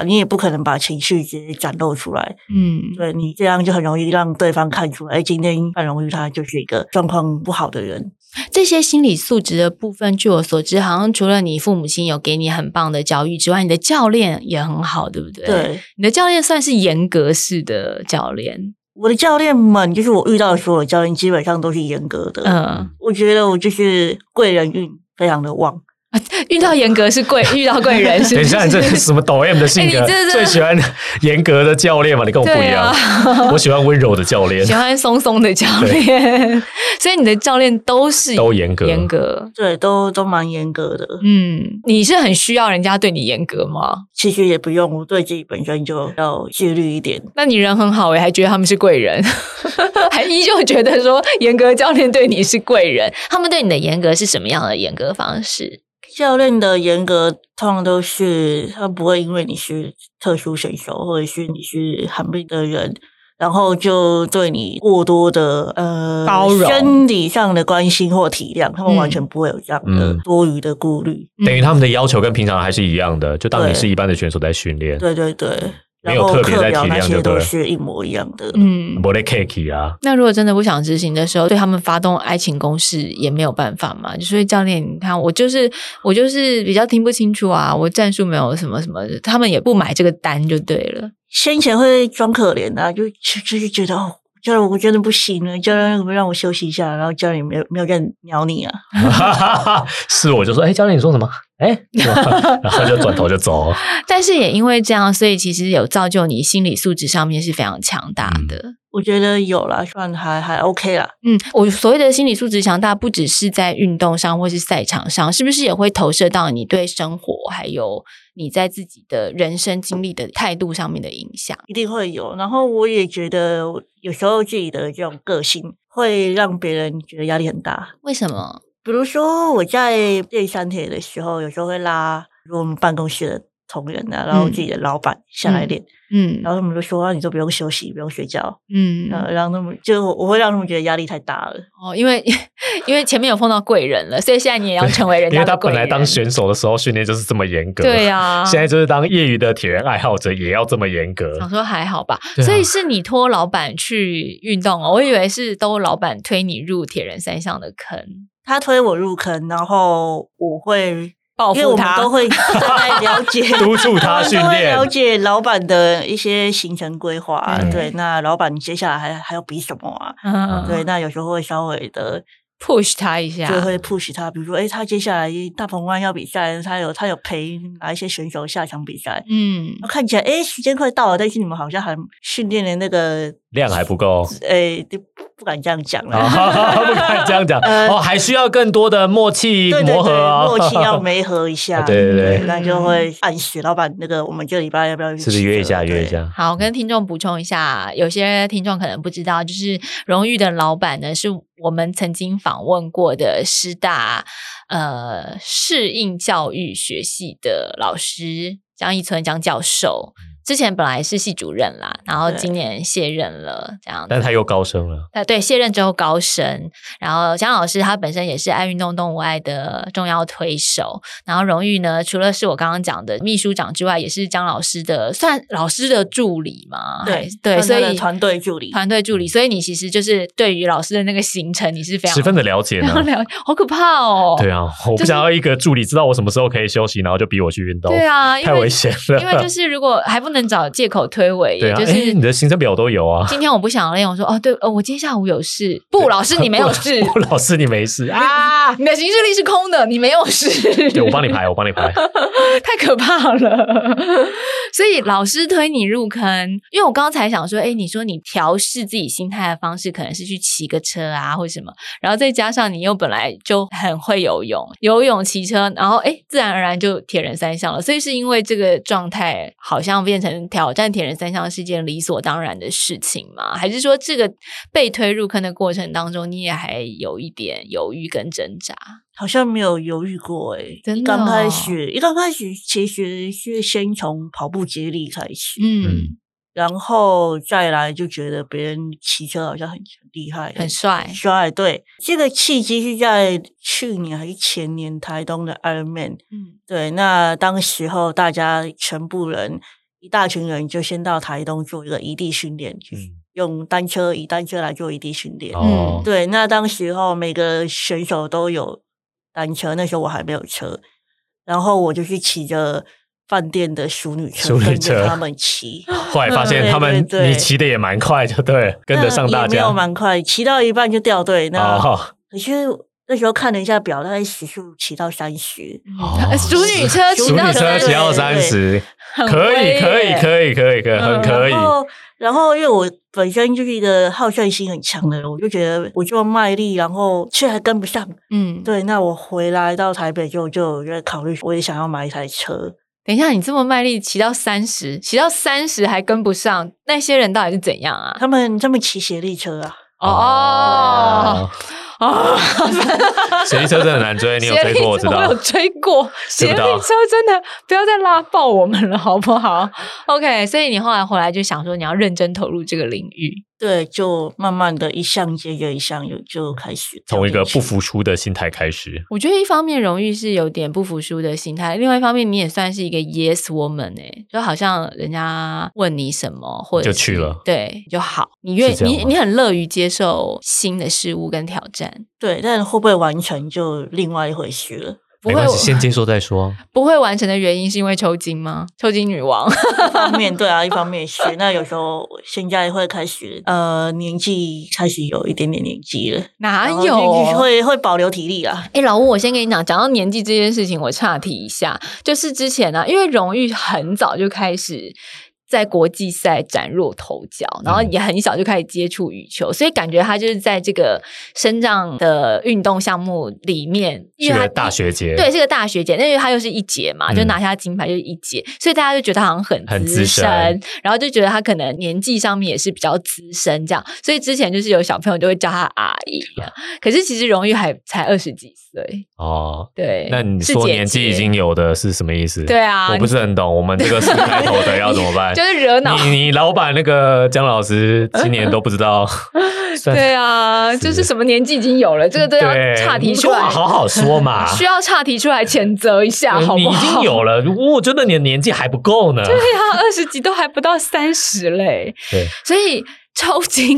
[SPEAKER 2] 嗯
[SPEAKER 1] 你也不可能把情绪直接展露出来。
[SPEAKER 2] 嗯
[SPEAKER 1] 对你这样就很容易让对方看出来，哎今天范荣玉他就是一个状况不好的人。
[SPEAKER 2] 这些心理素质的部分，据我所知，好像除了你父母亲有给你很棒的教育之外，你的教练也很好，对不对？，
[SPEAKER 1] 对，
[SPEAKER 2] 你的教练算是严格式的教练，
[SPEAKER 1] 我的教练们，就是我遇到的所有教练，基本上都是严格的。
[SPEAKER 2] 嗯，
[SPEAKER 1] 我觉得我就是贵人运非常的旺。
[SPEAKER 2] 遇到严格是贵，遇到贵
[SPEAKER 3] *laughs*
[SPEAKER 2] 人是
[SPEAKER 3] 等
[SPEAKER 2] 不
[SPEAKER 3] 一
[SPEAKER 2] 是。
[SPEAKER 3] 下，你这是什么抖 M 的性
[SPEAKER 2] 哎
[SPEAKER 3] 格
[SPEAKER 2] 你这？
[SPEAKER 3] 最喜欢严格的教练嘛？你跟我不一
[SPEAKER 2] 对
[SPEAKER 3] 样
[SPEAKER 2] 啊，
[SPEAKER 3] 我喜欢温柔的教
[SPEAKER 2] *laughs*
[SPEAKER 3] 练
[SPEAKER 2] 喜。欢松松的教练，所以你的教练都是
[SPEAKER 3] 都严格
[SPEAKER 2] 严格。
[SPEAKER 1] 对，都都蛮严格的。
[SPEAKER 2] 嗯，你是很需要人家对你严格吗？
[SPEAKER 1] 其实也不用，我对自己本身就要自律一点。
[SPEAKER 2] 那你人很好欸诶、还觉得他们是贵人， *laughs* 还依旧觉得说严格教练对你是贵人。他们对你的严格是什么样的严格方式？
[SPEAKER 1] 教练的严格通常都是他不会因为你是特殊选手，或者是你是寒病的人，然后就对你过多的呃
[SPEAKER 2] 包容
[SPEAKER 1] 生理上的关心或体谅，他们完全不会有这样的
[SPEAKER 3] 嗯
[SPEAKER 1] 多余的顾虑。
[SPEAKER 2] 嗯
[SPEAKER 3] 等于他们的要求跟平常还是一样的，就当你
[SPEAKER 1] 对
[SPEAKER 3] 是一般的选手在训练，
[SPEAKER 1] 对对对，然
[SPEAKER 3] 没有
[SPEAKER 1] 后
[SPEAKER 3] 特别
[SPEAKER 1] 课
[SPEAKER 3] 在
[SPEAKER 1] 表
[SPEAKER 3] 体
[SPEAKER 1] 那
[SPEAKER 3] 谅就
[SPEAKER 1] 些
[SPEAKER 3] 对
[SPEAKER 1] 都
[SPEAKER 3] 了
[SPEAKER 1] 是一模一样的。
[SPEAKER 2] 嗯，
[SPEAKER 3] 不得 cake 啊， *laughs*
[SPEAKER 2] 那如果真的不想执行的时候，对他们发动爱情攻势也没有办法嘛？所以教练，你看我就是我就是比较听不清楚啊，我战术没有什么什么的，他们也不买这个单就对了。
[SPEAKER 1] 先前会装可怜啊，就就就是觉得哦。教练，我真的不行了，教练，可不可以让我休息一下？然后教练也没有没有在鸟你啊，
[SPEAKER 3] 是我就说，哎、教练你说什么？哎、 *laughs* 然后就转头就走了。
[SPEAKER 2] 但是也因为这样，所以其实有造就你心理素质上面是非常强大的。
[SPEAKER 1] 我觉得有啦，算还还 OK 啦。
[SPEAKER 2] 嗯，我所谓的心理素质强大，不只是在运动上或是赛场上，是不是也会投射到你对生活还有你在自己的人生经历的态度上面的影响？
[SPEAKER 1] 一定会有。然后我也觉得，有时候自己的这种个性会让别人觉得压力很大。
[SPEAKER 2] 为什么？
[SPEAKER 1] 比如说我在练三铁的时候，有时候会拉我们办公室的同仁啊，然后自己的老板下来练，
[SPEAKER 2] 嗯
[SPEAKER 1] 然后他们就说、啊：“你都不用休息，不用睡觉。
[SPEAKER 2] 嗯
[SPEAKER 1] 呃，让他们就我会让他们觉得压力太大了。
[SPEAKER 2] 哦，因为因为前面有碰到贵人了，所以现在你也要成为人
[SPEAKER 3] 因
[SPEAKER 2] 家
[SPEAKER 3] 为他
[SPEAKER 2] 的贵
[SPEAKER 3] 本
[SPEAKER 2] 人。
[SPEAKER 3] 来当选手的时候训练就是这么严格，
[SPEAKER 2] 对、啊，
[SPEAKER 3] 现在就是当业余的铁人爱好者也要这么严
[SPEAKER 1] *laughs*
[SPEAKER 3] 格。
[SPEAKER 2] 想说还好吧，
[SPEAKER 3] 对啊。
[SPEAKER 2] 所以是你托老板去运动哦，我以为是都老板推你入铁人三项的坑。
[SPEAKER 1] 他推我入坑，然后我会
[SPEAKER 2] 报
[SPEAKER 1] 因为
[SPEAKER 2] 复
[SPEAKER 1] 我们
[SPEAKER 2] 他，
[SPEAKER 1] 都会正
[SPEAKER 2] *laughs*
[SPEAKER 1] 在了解
[SPEAKER 3] 督促他训
[SPEAKER 1] 我们都会 *laughs*
[SPEAKER 3] 练
[SPEAKER 1] 了。解老板的一些行程规划、啊。
[SPEAKER 2] 嗯
[SPEAKER 1] 对，那老板接下来还还要比什么啊？
[SPEAKER 2] 嗯
[SPEAKER 1] 对，那有时候会稍微的
[SPEAKER 2] push 他一下，
[SPEAKER 1] 就会 push 他，比如说，哎、他接下来大鹏湾要比赛，他有他有陪哪一些选手下场比赛。
[SPEAKER 2] 嗯
[SPEAKER 1] 然后看起来，哎、时间快到了，但是你们好像还训练的那个，
[SPEAKER 3] 量还不够，
[SPEAKER 1] 哎、就不敢这样讲了。
[SPEAKER 3] 啊 *laughs* 不敢这样讲
[SPEAKER 1] *laughs* 呃
[SPEAKER 3] 哦，还需要更多的默契
[SPEAKER 1] 对对对，
[SPEAKER 3] 磨合啊，
[SPEAKER 1] 默契
[SPEAKER 3] *laughs*
[SPEAKER 1] 要磨合一下。
[SPEAKER 3] 啊对对
[SPEAKER 1] 对，
[SPEAKER 3] 对
[SPEAKER 1] 那就会暗示老板，那个我们这礼拜要不要
[SPEAKER 3] 是不是约一下
[SPEAKER 1] 对
[SPEAKER 3] 约一下？
[SPEAKER 2] 好，跟听众补充一下，啊有些听众可能不知道，就是荣誉的老板呢，是我们曾经访问过的师大呃适应教育学系的老师江一存江教授。之前本来是系主任啦，然后
[SPEAKER 1] 对
[SPEAKER 2] 今年卸任了，这样子。
[SPEAKER 3] 但他又高升了，
[SPEAKER 2] 呃，对，卸任之后高升，然后江老师他本身也是爱运动动物爱的重要推手，然后荣誉呢，除了是我刚刚讲的秘书长之外，也是江老师的算老师的助理嘛，还
[SPEAKER 1] 对
[SPEAKER 2] 是对，
[SPEAKER 1] 算
[SPEAKER 2] 所
[SPEAKER 1] 哎他的
[SPEAKER 2] 以
[SPEAKER 1] 团队助理
[SPEAKER 2] 团队助理，所以你其实就是对于老师的那个行程，你是
[SPEAKER 1] 啊
[SPEAKER 2] 非常
[SPEAKER 3] 十分的了解
[SPEAKER 2] 非
[SPEAKER 1] *laughs*
[SPEAKER 3] 呢
[SPEAKER 2] 常。了解，好可怕哦，
[SPEAKER 3] 对啊，我不想要一个助理知道我什么时候可以休息，然后就逼我去运动，
[SPEAKER 2] 对啊，因
[SPEAKER 3] *laughs* 太危
[SPEAKER 2] 为
[SPEAKER 3] 险了。
[SPEAKER 2] 因为就是如果还不能找借口推诿，
[SPEAKER 3] *laughs* 对啊，
[SPEAKER 2] 就
[SPEAKER 3] 哎，
[SPEAKER 2] 是
[SPEAKER 3] 你的行程表都有啊。。
[SPEAKER 2] 今天我不想练，我说哦，对，呃，我今天下午有事，不，老师你 *laughs* 没有事
[SPEAKER 3] *laughs* 老师你没事
[SPEAKER 2] *laughs*
[SPEAKER 3] 啊？
[SPEAKER 2] 啊！你的行事历是空的，你没有事。
[SPEAKER 3] *laughs* 对，我帮你排，我帮你排。
[SPEAKER 2] *laughs* 太可怕了。 *laughs* 所以老师推你入坑，因为我刚才想说，哎，你说你调试自己心态的方式可能是去骑个车啊，或什么，然后再加上你又本来就很会游泳，游泳、骑车，然后哎，自然而然就铁人三项了。所以是因为这个状态，好像变成挑战铁人三项是件理所当然的事情吗？还是说这个被推入坑的过程当中，你也还有一点犹豫跟挣扎？
[SPEAKER 1] 好像没有犹豫过哎、
[SPEAKER 2] 真的
[SPEAKER 1] 一刚
[SPEAKER 2] 哦
[SPEAKER 1] 开始，一刚开始其实是先从跑步接力开始，
[SPEAKER 2] 嗯，
[SPEAKER 1] 然后再来就觉得别人骑车好像很很厉害，
[SPEAKER 2] 很帅，
[SPEAKER 1] 帅。对，这个契机是在去年还是前年台东的 Ironman。
[SPEAKER 2] 嗯
[SPEAKER 1] 对，那当时候大家全部人一大群人就先到台东做一个异地训练，就是
[SPEAKER 3] 嗯
[SPEAKER 1] 用单车以单车来做异地训练。
[SPEAKER 3] 哦，
[SPEAKER 1] 对，那当时候每个选手都有单车，那时候我还没有车，然后我就是骑着饭店的淑女车
[SPEAKER 3] 淑女
[SPEAKER 1] 跟
[SPEAKER 3] 车
[SPEAKER 1] 着他们骑，
[SPEAKER 2] 嗯
[SPEAKER 3] 后来发现
[SPEAKER 1] 对
[SPEAKER 3] 他们
[SPEAKER 1] 对对
[SPEAKER 3] 你骑的也蛮快，就对，跟得上
[SPEAKER 1] 那
[SPEAKER 3] 大
[SPEAKER 1] 也没
[SPEAKER 3] 家
[SPEAKER 1] 有。蛮快，骑到一半就掉队。那、
[SPEAKER 3] 哦，
[SPEAKER 1] 可是那时候看了一下表，大概时速骑到三十，
[SPEAKER 3] 哦
[SPEAKER 2] 哎淑呃女车
[SPEAKER 1] 淑
[SPEAKER 2] 骑
[SPEAKER 3] 淑
[SPEAKER 2] 到
[SPEAKER 3] 女车
[SPEAKER 1] 30
[SPEAKER 3] 骑到
[SPEAKER 1] 对
[SPEAKER 3] 三十，
[SPEAKER 2] 很
[SPEAKER 3] 可以，
[SPEAKER 2] 威
[SPEAKER 3] 可以，
[SPEAKER 2] 耶
[SPEAKER 3] 可以，可以，可以，很
[SPEAKER 2] 嗯
[SPEAKER 3] 可以
[SPEAKER 1] 然。后，然后因为我本身就是一个好胜心很强的人，我就觉得我这么卖力，然后却还跟不上。
[SPEAKER 2] 嗯，
[SPEAKER 1] 对，那我回来到台北就就有在考虑，我也想要买一台车。
[SPEAKER 2] 等一下，你这么卖力，骑到三十，骑到三十还跟不上，那些人到底是怎样啊？
[SPEAKER 1] 他们他们骑斜力车啊，
[SPEAKER 2] 哦哦，
[SPEAKER 3] *laughs* 水力车真的很难追，你有
[SPEAKER 2] 协
[SPEAKER 3] 追
[SPEAKER 2] 力
[SPEAKER 3] 过我知
[SPEAKER 2] 车
[SPEAKER 3] 道
[SPEAKER 2] 有。追
[SPEAKER 3] *laughs*
[SPEAKER 2] 过，协力
[SPEAKER 3] 追不到
[SPEAKER 2] 车真的不要再拉爆我们了，好不好？OK，所以你后来回来就想说你要认真投入这个领域，
[SPEAKER 1] 对，就慢慢的一项接着一项就就开始
[SPEAKER 3] 从一个不
[SPEAKER 1] 服。
[SPEAKER 3] 服输的心态开始，
[SPEAKER 2] 我觉得一方面荣誉是有点不服输的心态，另外一方面你也算是一个 yes woman 哎、就好像人家问你什么或者
[SPEAKER 3] 就去
[SPEAKER 2] 是
[SPEAKER 3] 了
[SPEAKER 2] 对就好，你愿
[SPEAKER 3] 是这样
[SPEAKER 2] 你
[SPEAKER 3] 吗
[SPEAKER 2] 你很乐于接受新的事物跟挑战，
[SPEAKER 1] 对，但会不会完成就另外一回事了。
[SPEAKER 2] 不
[SPEAKER 3] 没
[SPEAKER 2] 会
[SPEAKER 3] 关系，先接受再说。
[SPEAKER 2] 不会完成的原因是因为抽筋吗？抽筋女王 *laughs*
[SPEAKER 1] 一方面对啊，一方面是那有时候现在会开始呃年纪开始有一点点年纪了，
[SPEAKER 2] 哪
[SPEAKER 1] 然后
[SPEAKER 2] 有啊
[SPEAKER 1] 就是？会会保留体力啊。
[SPEAKER 2] 哎、老吴，我先跟你讲，讲到年纪这件事情，我岔题一下，就是之前呢、啊，因为荣誉很早就开始。在国际赛崭露头角，然后也很小就开始接触羽球，所以感觉他就是在这个生长的运动项目里面， *laughs* 因
[SPEAKER 3] 是
[SPEAKER 2] 为他
[SPEAKER 3] 个大学姐，
[SPEAKER 2] 对，是个大学姐，那因为她又是一姐嘛，
[SPEAKER 3] 嗯
[SPEAKER 2] 就拿下金牌就是一姐，所以大家就觉得她好像很
[SPEAKER 3] 很
[SPEAKER 2] 资
[SPEAKER 3] 资深
[SPEAKER 2] 然后就觉得她可能年纪上面也是比较资深这样，所以之前就是有小朋友就会叫她阿姨啊，可是其实荣誉还才二十几岁，
[SPEAKER 3] 哦。
[SPEAKER 2] 对，
[SPEAKER 3] 那你
[SPEAKER 2] 是
[SPEAKER 3] 说
[SPEAKER 2] 姐
[SPEAKER 3] 年纪已
[SPEAKER 2] 姐
[SPEAKER 3] 经有的是什么意思？
[SPEAKER 2] 对啊，
[SPEAKER 3] 我不是很懂，我们这个四开头的要怎么
[SPEAKER 2] *laughs*
[SPEAKER 3] 办？
[SPEAKER 2] 就是惹恼。
[SPEAKER 3] 你你老板那个江老师今年都不知
[SPEAKER 2] *laughs*
[SPEAKER 3] 道，算
[SPEAKER 2] 对啊，就是什么年纪已经有了，这个都要
[SPEAKER 3] 对，
[SPEAKER 2] 岔啊题出
[SPEAKER 3] 话
[SPEAKER 2] 来，
[SPEAKER 3] 好好说
[SPEAKER 2] *laughs*
[SPEAKER 3] 嘛。
[SPEAKER 2] 需要岔题出来谴责一下，啊好
[SPEAKER 3] 你
[SPEAKER 2] 不
[SPEAKER 3] 已
[SPEAKER 2] 好？
[SPEAKER 3] 经有了，我觉得你的年纪还不够呢。
[SPEAKER 2] 对啊，二十几都还不到三十嘞。
[SPEAKER 3] 对，
[SPEAKER 2] 所以抽筋，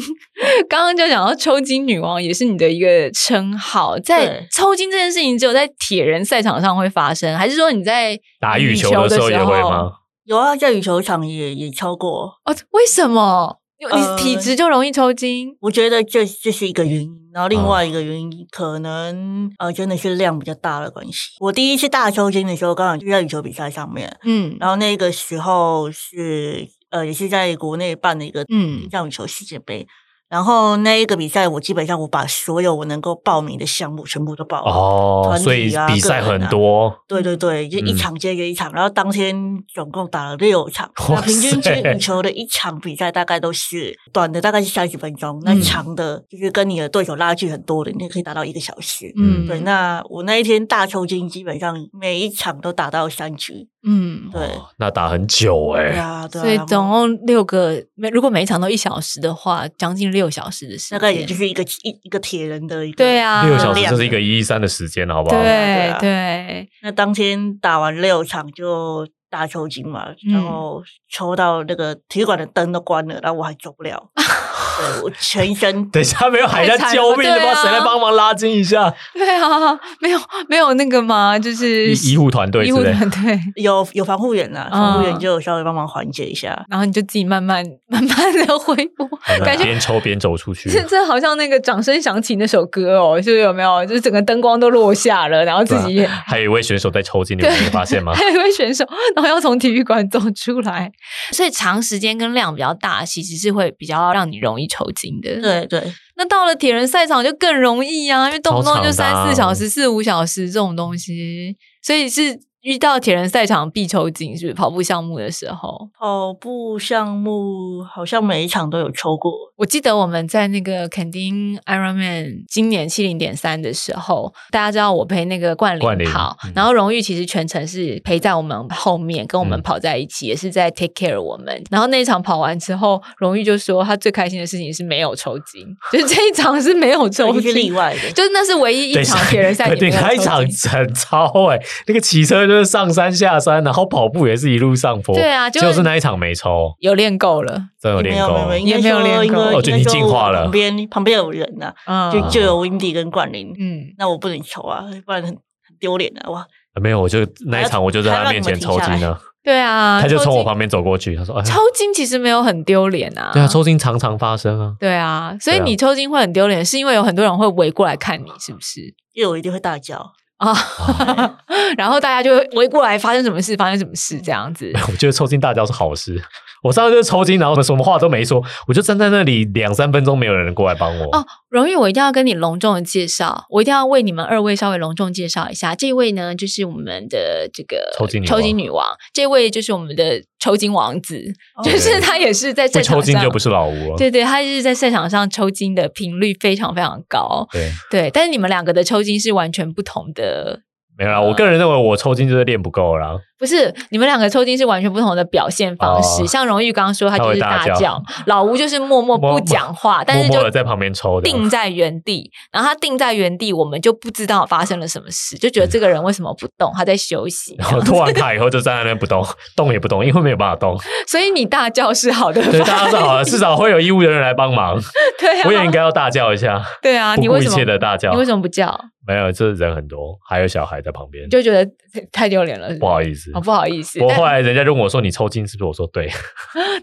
[SPEAKER 2] 刚刚就讲到抽筋女王也是你的一个称号，在
[SPEAKER 1] 对
[SPEAKER 2] 抽筋这件事情只有在铁人赛场上会发生，还是说你在
[SPEAKER 3] 打羽
[SPEAKER 2] 羽
[SPEAKER 3] 球
[SPEAKER 2] 的
[SPEAKER 3] 的时候也会吗？？
[SPEAKER 1] 有啊，在羽球场也也超过。
[SPEAKER 2] 哦，为什么？你你
[SPEAKER 1] 呃
[SPEAKER 2] 体质就容易抽筋？
[SPEAKER 1] 我觉得这这是一个原因，然后另
[SPEAKER 3] 哦
[SPEAKER 1] 外一个原因、可能呃真的是量比较大的关系。我第一次大抽筋的时候，刚好就在羽球比赛上面，
[SPEAKER 2] 嗯
[SPEAKER 1] 然后那个时候是呃也是在国内办的一个
[SPEAKER 2] 嗯
[SPEAKER 1] 像羽球世界杯，然后那一个比赛我基本上我把所有我能够报名的项目全部都报了。
[SPEAKER 3] 哦，
[SPEAKER 1] 团体啊
[SPEAKER 3] 所以比赛很多，
[SPEAKER 1] 对对对，就一
[SPEAKER 3] 嗯
[SPEAKER 1] 场接着一场，然后当天总共打了六场，
[SPEAKER 3] 哇
[SPEAKER 1] 那平均其实
[SPEAKER 3] 塞
[SPEAKER 1] 羽球的一场比赛大概都是短的大概是三十分钟，那
[SPEAKER 2] 嗯
[SPEAKER 1] 长的就是跟你的对手拉距很多的，你也可以打到一个小时。
[SPEAKER 3] 嗯
[SPEAKER 1] 对，那我那一天大抽筋，基本上每一场都打到三局。
[SPEAKER 2] 嗯，
[SPEAKER 1] 对，
[SPEAKER 3] 那打很久哎、
[SPEAKER 1] 啊对啊，对啊，
[SPEAKER 2] 所以
[SPEAKER 1] 然后
[SPEAKER 2] 总共六个，每如果每一场都一小时的话，将近六小时的时间，
[SPEAKER 1] 大概也就是一个一一个铁人的一个。
[SPEAKER 2] 对啊，
[SPEAKER 3] 六小时
[SPEAKER 1] 量
[SPEAKER 3] 这是一个一一三的时间，好不好？
[SPEAKER 1] 对
[SPEAKER 2] 对
[SPEAKER 1] 啊
[SPEAKER 2] 对，
[SPEAKER 1] 那当天打完六场就大抽筋嘛，然
[SPEAKER 2] 嗯
[SPEAKER 1] 后抽到那个体育馆的灯都关了，然后我还走不
[SPEAKER 2] *laughs*
[SPEAKER 1] 了，对我全身
[SPEAKER 3] 等一下没有喊一下
[SPEAKER 2] 太惨了
[SPEAKER 3] 救命的
[SPEAKER 2] 对
[SPEAKER 3] 吗？
[SPEAKER 2] 啊
[SPEAKER 3] 谁来帮忙拉筋一下？
[SPEAKER 2] 对啊，没有没有那个吗？就是
[SPEAKER 3] 医医护团队
[SPEAKER 2] 医
[SPEAKER 3] 之
[SPEAKER 2] 护 *laughs*
[SPEAKER 3] 类。
[SPEAKER 2] 团队，
[SPEAKER 1] 有有防护员呐、防护
[SPEAKER 2] 嗯
[SPEAKER 1] 员就有稍微帮忙缓解一下。
[SPEAKER 2] 然后你就自己慢 *laughs* 慢慢慢的恢复，感觉。
[SPEAKER 3] 边抽边走出去，
[SPEAKER 2] 这这好像那个掌声响起那首歌哦，就是有没有？就是整个灯光都落下了，然后
[SPEAKER 3] 啊 *laughs*
[SPEAKER 2] 自己也、
[SPEAKER 3] 还有一位选手在抽筋，你们没发现
[SPEAKER 2] *laughs*
[SPEAKER 3] 吗？
[SPEAKER 2] 还有一位选手，然后要从体育馆走出来，所以长时间跟量比较大，其实是会比较让你容易抽筋的。，
[SPEAKER 3] 嗯
[SPEAKER 1] 对对，
[SPEAKER 2] 那到了铁人赛场就更容易啊，因为动不动就
[SPEAKER 3] 超长的啊
[SPEAKER 2] 三四小时、四五小时这种东西，所以是遇到铁人赛场必抽筋，是不是？跑步项目的时候，
[SPEAKER 1] 跑步项目好像每一场都有抽过，
[SPEAKER 2] 我记得我们在那个垦丁 Ironman 今年七零点三的时候，大家知道我陪那个冠
[SPEAKER 3] 冠
[SPEAKER 2] 霖
[SPEAKER 3] 霖
[SPEAKER 2] 跑，
[SPEAKER 3] 嗯
[SPEAKER 2] 然后荣誉其实全程是陪在我们后面，跟我们
[SPEAKER 3] 嗯
[SPEAKER 2] 跑在一起，也是在 take care 我们。然后那一场跑完之后，荣誉就说他最开心的事情是没有抽筋，就是这一场是没有
[SPEAKER 1] 这 *laughs*
[SPEAKER 2] 抽
[SPEAKER 1] 个是例
[SPEAKER 2] 筋。
[SPEAKER 1] 外
[SPEAKER 3] *laughs*
[SPEAKER 1] 的。
[SPEAKER 2] 就是那是唯一
[SPEAKER 3] 等
[SPEAKER 2] 一场
[SPEAKER 3] 下
[SPEAKER 2] 铁人赛，
[SPEAKER 3] *laughs* 对，开场很超哎、那个骑车就是上山下山，然后跑步也是一路上坡，
[SPEAKER 2] 对啊就
[SPEAKER 3] 就是是那一场没抽，
[SPEAKER 2] 有练够了，
[SPEAKER 3] 真有
[SPEAKER 1] 没
[SPEAKER 3] 练
[SPEAKER 1] 有没有
[SPEAKER 3] 功
[SPEAKER 1] 没有，。应
[SPEAKER 2] 也
[SPEAKER 1] 该
[SPEAKER 2] 没有练
[SPEAKER 1] 说因
[SPEAKER 2] 过
[SPEAKER 1] 为
[SPEAKER 3] 哦就
[SPEAKER 1] 应该
[SPEAKER 3] 你
[SPEAKER 1] 说
[SPEAKER 3] 进化了
[SPEAKER 1] 旁边旁边有人呐、
[SPEAKER 2] 嗯
[SPEAKER 1] 就就有 Windy 跟冠霖，
[SPEAKER 2] 嗯，
[SPEAKER 1] 那我不能抽啊，不然很很丢脸的哇。
[SPEAKER 3] 没有，我就那一场我就在他面前抽
[SPEAKER 1] 还
[SPEAKER 3] 筋
[SPEAKER 1] 让你
[SPEAKER 3] 了，
[SPEAKER 2] 对啊，
[SPEAKER 3] 他就从我
[SPEAKER 2] 抽筋
[SPEAKER 3] 旁边走过去，他说：“哎，
[SPEAKER 2] 抽筋其实没有很丢脸啊，
[SPEAKER 3] 对啊，抽筋常常发生啊。
[SPEAKER 2] 对啊，所以
[SPEAKER 3] 对啊
[SPEAKER 2] 你抽筋会很丢脸，是因为有很多人会围过来看你，是不是
[SPEAKER 1] 因为我一定会大
[SPEAKER 3] *laughs*
[SPEAKER 1] 叫，
[SPEAKER 2] 啊？
[SPEAKER 3] 哦
[SPEAKER 2] *laughs* 然后大家就会围过来，发生什么事，发生什么事这样
[SPEAKER 3] *laughs*
[SPEAKER 2] 子。
[SPEAKER 3] 我觉得抽筋大叫是好事。我上次就是抽筋，然后什么话都没说，我就站在那里两三分钟，没有人过来帮我。
[SPEAKER 2] 哦，荣誉，我一定要跟你隆重的介绍，我一定要为你们二位稍微隆重介绍一下。这位呢，就是我们的这个
[SPEAKER 3] 抽筋女
[SPEAKER 2] 抽
[SPEAKER 3] 王
[SPEAKER 2] 筋女王，这位就是我们的抽筋王子，就
[SPEAKER 1] 哦
[SPEAKER 2] 是他也是在
[SPEAKER 3] 会
[SPEAKER 2] 赛场
[SPEAKER 3] 抽筋
[SPEAKER 2] 上
[SPEAKER 3] 就不是老吴了。
[SPEAKER 2] 对对，他就是在赛场上抽筋的频率非常非常高。
[SPEAKER 3] 对，
[SPEAKER 2] 对，但是你们两个的抽筋是完全不同的
[SPEAKER 3] 没有啦。我个人认为我抽筋就是练不够啦。
[SPEAKER 2] 不是，你们两个抽筋是完全不同的表现方式。
[SPEAKER 3] 哦
[SPEAKER 2] 像荣玉刚刚说，他
[SPEAKER 3] 他
[SPEAKER 2] 就
[SPEAKER 3] 会
[SPEAKER 2] 是大
[SPEAKER 3] 大叫
[SPEAKER 2] 叫；老吴就是默默
[SPEAKER 3] 默
[SPEAKER 2] 不讲话，但是
[SPEAKER 3] 默
[SPEAKER 2] 就
[SPEAKER 3] 默的在旁边抽的。
[SPEAKER 2] 定在原地。然后他定在原地，我们就不知道发生了什么事，就觉得这个人为什么不动？他在休息。
[SPEAKER 3] 嗯然后拖完卡以后就站在那边不动，动也不动，因为没有办法动。
[SPEAKER 2] 所以你大叫是好的吧，
[SPEAKER 3] 对，大家说好了，至少会有医务人员来帮忙。
[SPEAKER 2] 对啊，
[SPEAKER 3] 我也应该要大叫一下，
[SPEAKER 2] 对啊，
[SPEAKER 3] 不
[SPEAKER 2] 你
[SPEAKER 3] 顾
[SPEAKER 2] 为
[SPEAKER 3] 一
[SPEAKER 2] 什
[SPEAKER 3] 切
[SPEAKER 2] 么
[SPEAKER 3] 的大叫
[SPEAKER 2] 你。为什么不叫？
[SPEAKER 3] 没有，这人很多，还有小孩在旁边
[SPEAKER 2] 你，就觉得太丢脸了，
[SPEAKER 3] 不好意思
[SPEAKER 2] 哦，。不好意思。
[SPEAKER 3] 我
[SPEAKER 2] 但
[SPEAKER 3] 后来人家就问我说：“你抽筋是不是？”我说：“对，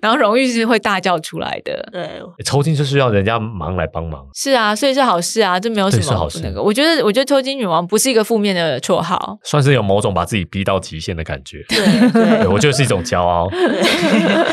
[SPEAKER 2] 然后荣誉是会大叫出来的，
[SPEAKER 3] *laughs*
[SPEAKER 1] 对，
[SPEAKER 3] 抽筋就是要人家忙来帮忙。
[SPEAKER 2] 是啊，所以是好事啊，这没有什
[SPEAKER 3] 对
[SPEAKER 2] 么
[SPEAKER 3] 是好
[SPEAKER 2] 不
[SPEAKER 3] 事
[SPEAKER 2] 那个。我觉得，我觉得抽筋女王不是一个负面的绰号”，
[SPEAKER 3] 算是有某种把自己逼到极限的感觉。
[SPEAKER 1] 对
[SPEAKER 3] 对
[SPEAKER 1] 对
[SPEAKER 3] *laughs* 我觉得是一种骄
[SPEAKER 2] *laughs*
[SPEAKER 3] 傲。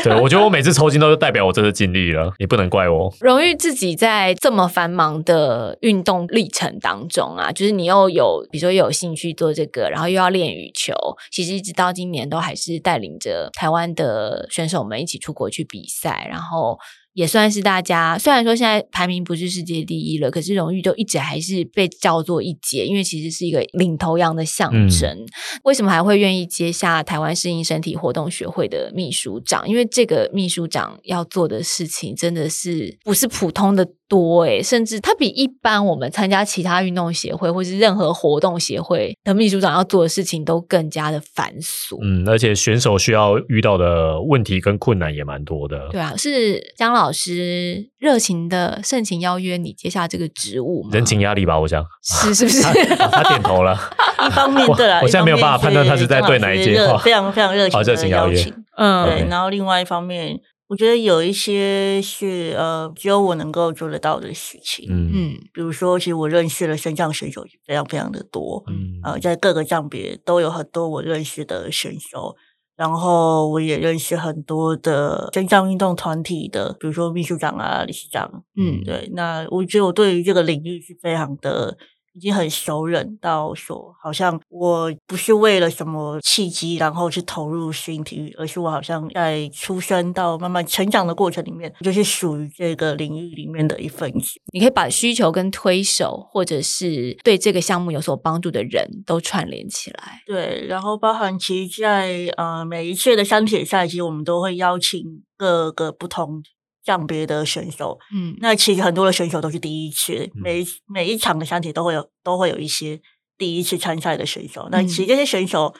[SPEAKER 3] 对我觉得我每次抽筋都是代表我这次尽力了，你不能怪我。
[SPEAKER 2] 荣誉自己在这么繁忙的运动历程当中啊，就是你又有，比如说又有兴趣做这个，然后又要练羽球，其实一直到今年都还是带领着台湾的选手们一起出国去比赛，然后也算是大家虽然说现在排名不是世界第一了，可是荣誉都一直还是被叫做一姐，因为其实是一个领头羊的象
[SPEAKER 3] 嗯
[SPEAKER 2] 征。为什么还会愿意接下台湾适应身体活动学会的秘书长？因为这个秘书长要做的事情真的是不是普通的多诶、甚至它比一般我们参加其他运动协会或是任何活动协会的秘书长要做的事情都更加的繁琐。
[SPEAKER 3] 嗯，而且选手需要遇到的问题跟困难也蛮多的。
[SPEAKER 2] 对啊，是江老师热情的盛情邀约你接下这个职务吗？
[SPEAKER 3] 人情压力吧，
[SPEAKER 2] *laughs*
[SPEAKER 3] 我想。
[SPEAKER 2] 是是不
[SPEAKER 3] *laughs*
[SPEAKER 2] 是？
[SPEAKER 3] 他他点头了，
[SPEAKER 1] 一方面对啦，
[SPEAKER 3] 我我现在没有
[SPEAKER 1] 一方面
[SPEAKER 3] 办法判断他是在对哪一
[SPEAKER 1] 是
[SPEAKER 3] 届
[SPEAKER 1] 热
[SPEAKER 3] 话
[SPEAKER 1] 非常非常热情
[SPEAKER 3] 哦热情
[SPEAKER 1] 的
[SPEAKER 3] 邀
[SPEAKER 1] 邀
[SPEAKER 3] 约
[SPEAKER 1] 请。对，
[SPEAKER 2] 嗯
[SPEAKER 3] OK
[SPEAKER 1] 然后另外一方面，我觉得有一些是呃，只有我能够做得到的事情。
[SPEAKER 3] 嗯
[SPEAKER 2] 嗯
[SPEAKER 1] 比如说，其实我认识的升降选手非常非常的多，
[SPEAKER 3] 嗯
[SPEAKER 2] 哦
[SPEAKER 1] 呃，在各个障别都有很多我认识的选手，然后我也认识很多的升降运动团体的，比如说秘书长啊、理事长，
[SPEAKER 2] 嗯
[SPEAKER 1] 对，那我觉得我对于这个领域是非常的。已经很熟稔到说，好像我不是为了什么契机，然后去投入适应体育，而是我好像在出生到慢慢成长的过程里面，就是属于这个领域里面的一份子。
[SPEAKER 2] 你可以把需求跟推手，或者是对这个项目有所帮助的人都串联起来。
[SPEAKER 1] 对，然后包含其实在呃每一次的山铁赛，其实我们都会邀请各个不同障别的选手。
[SPEAKER 2] 嗯
[SPEAKER 1] 那其实很多的选手都是第一次，每一每一场的山铁都会有都会有一些第一次参赛的选手。那
[SPEAKER 2] 嗯
[SPEAKER 1] 其实这些选手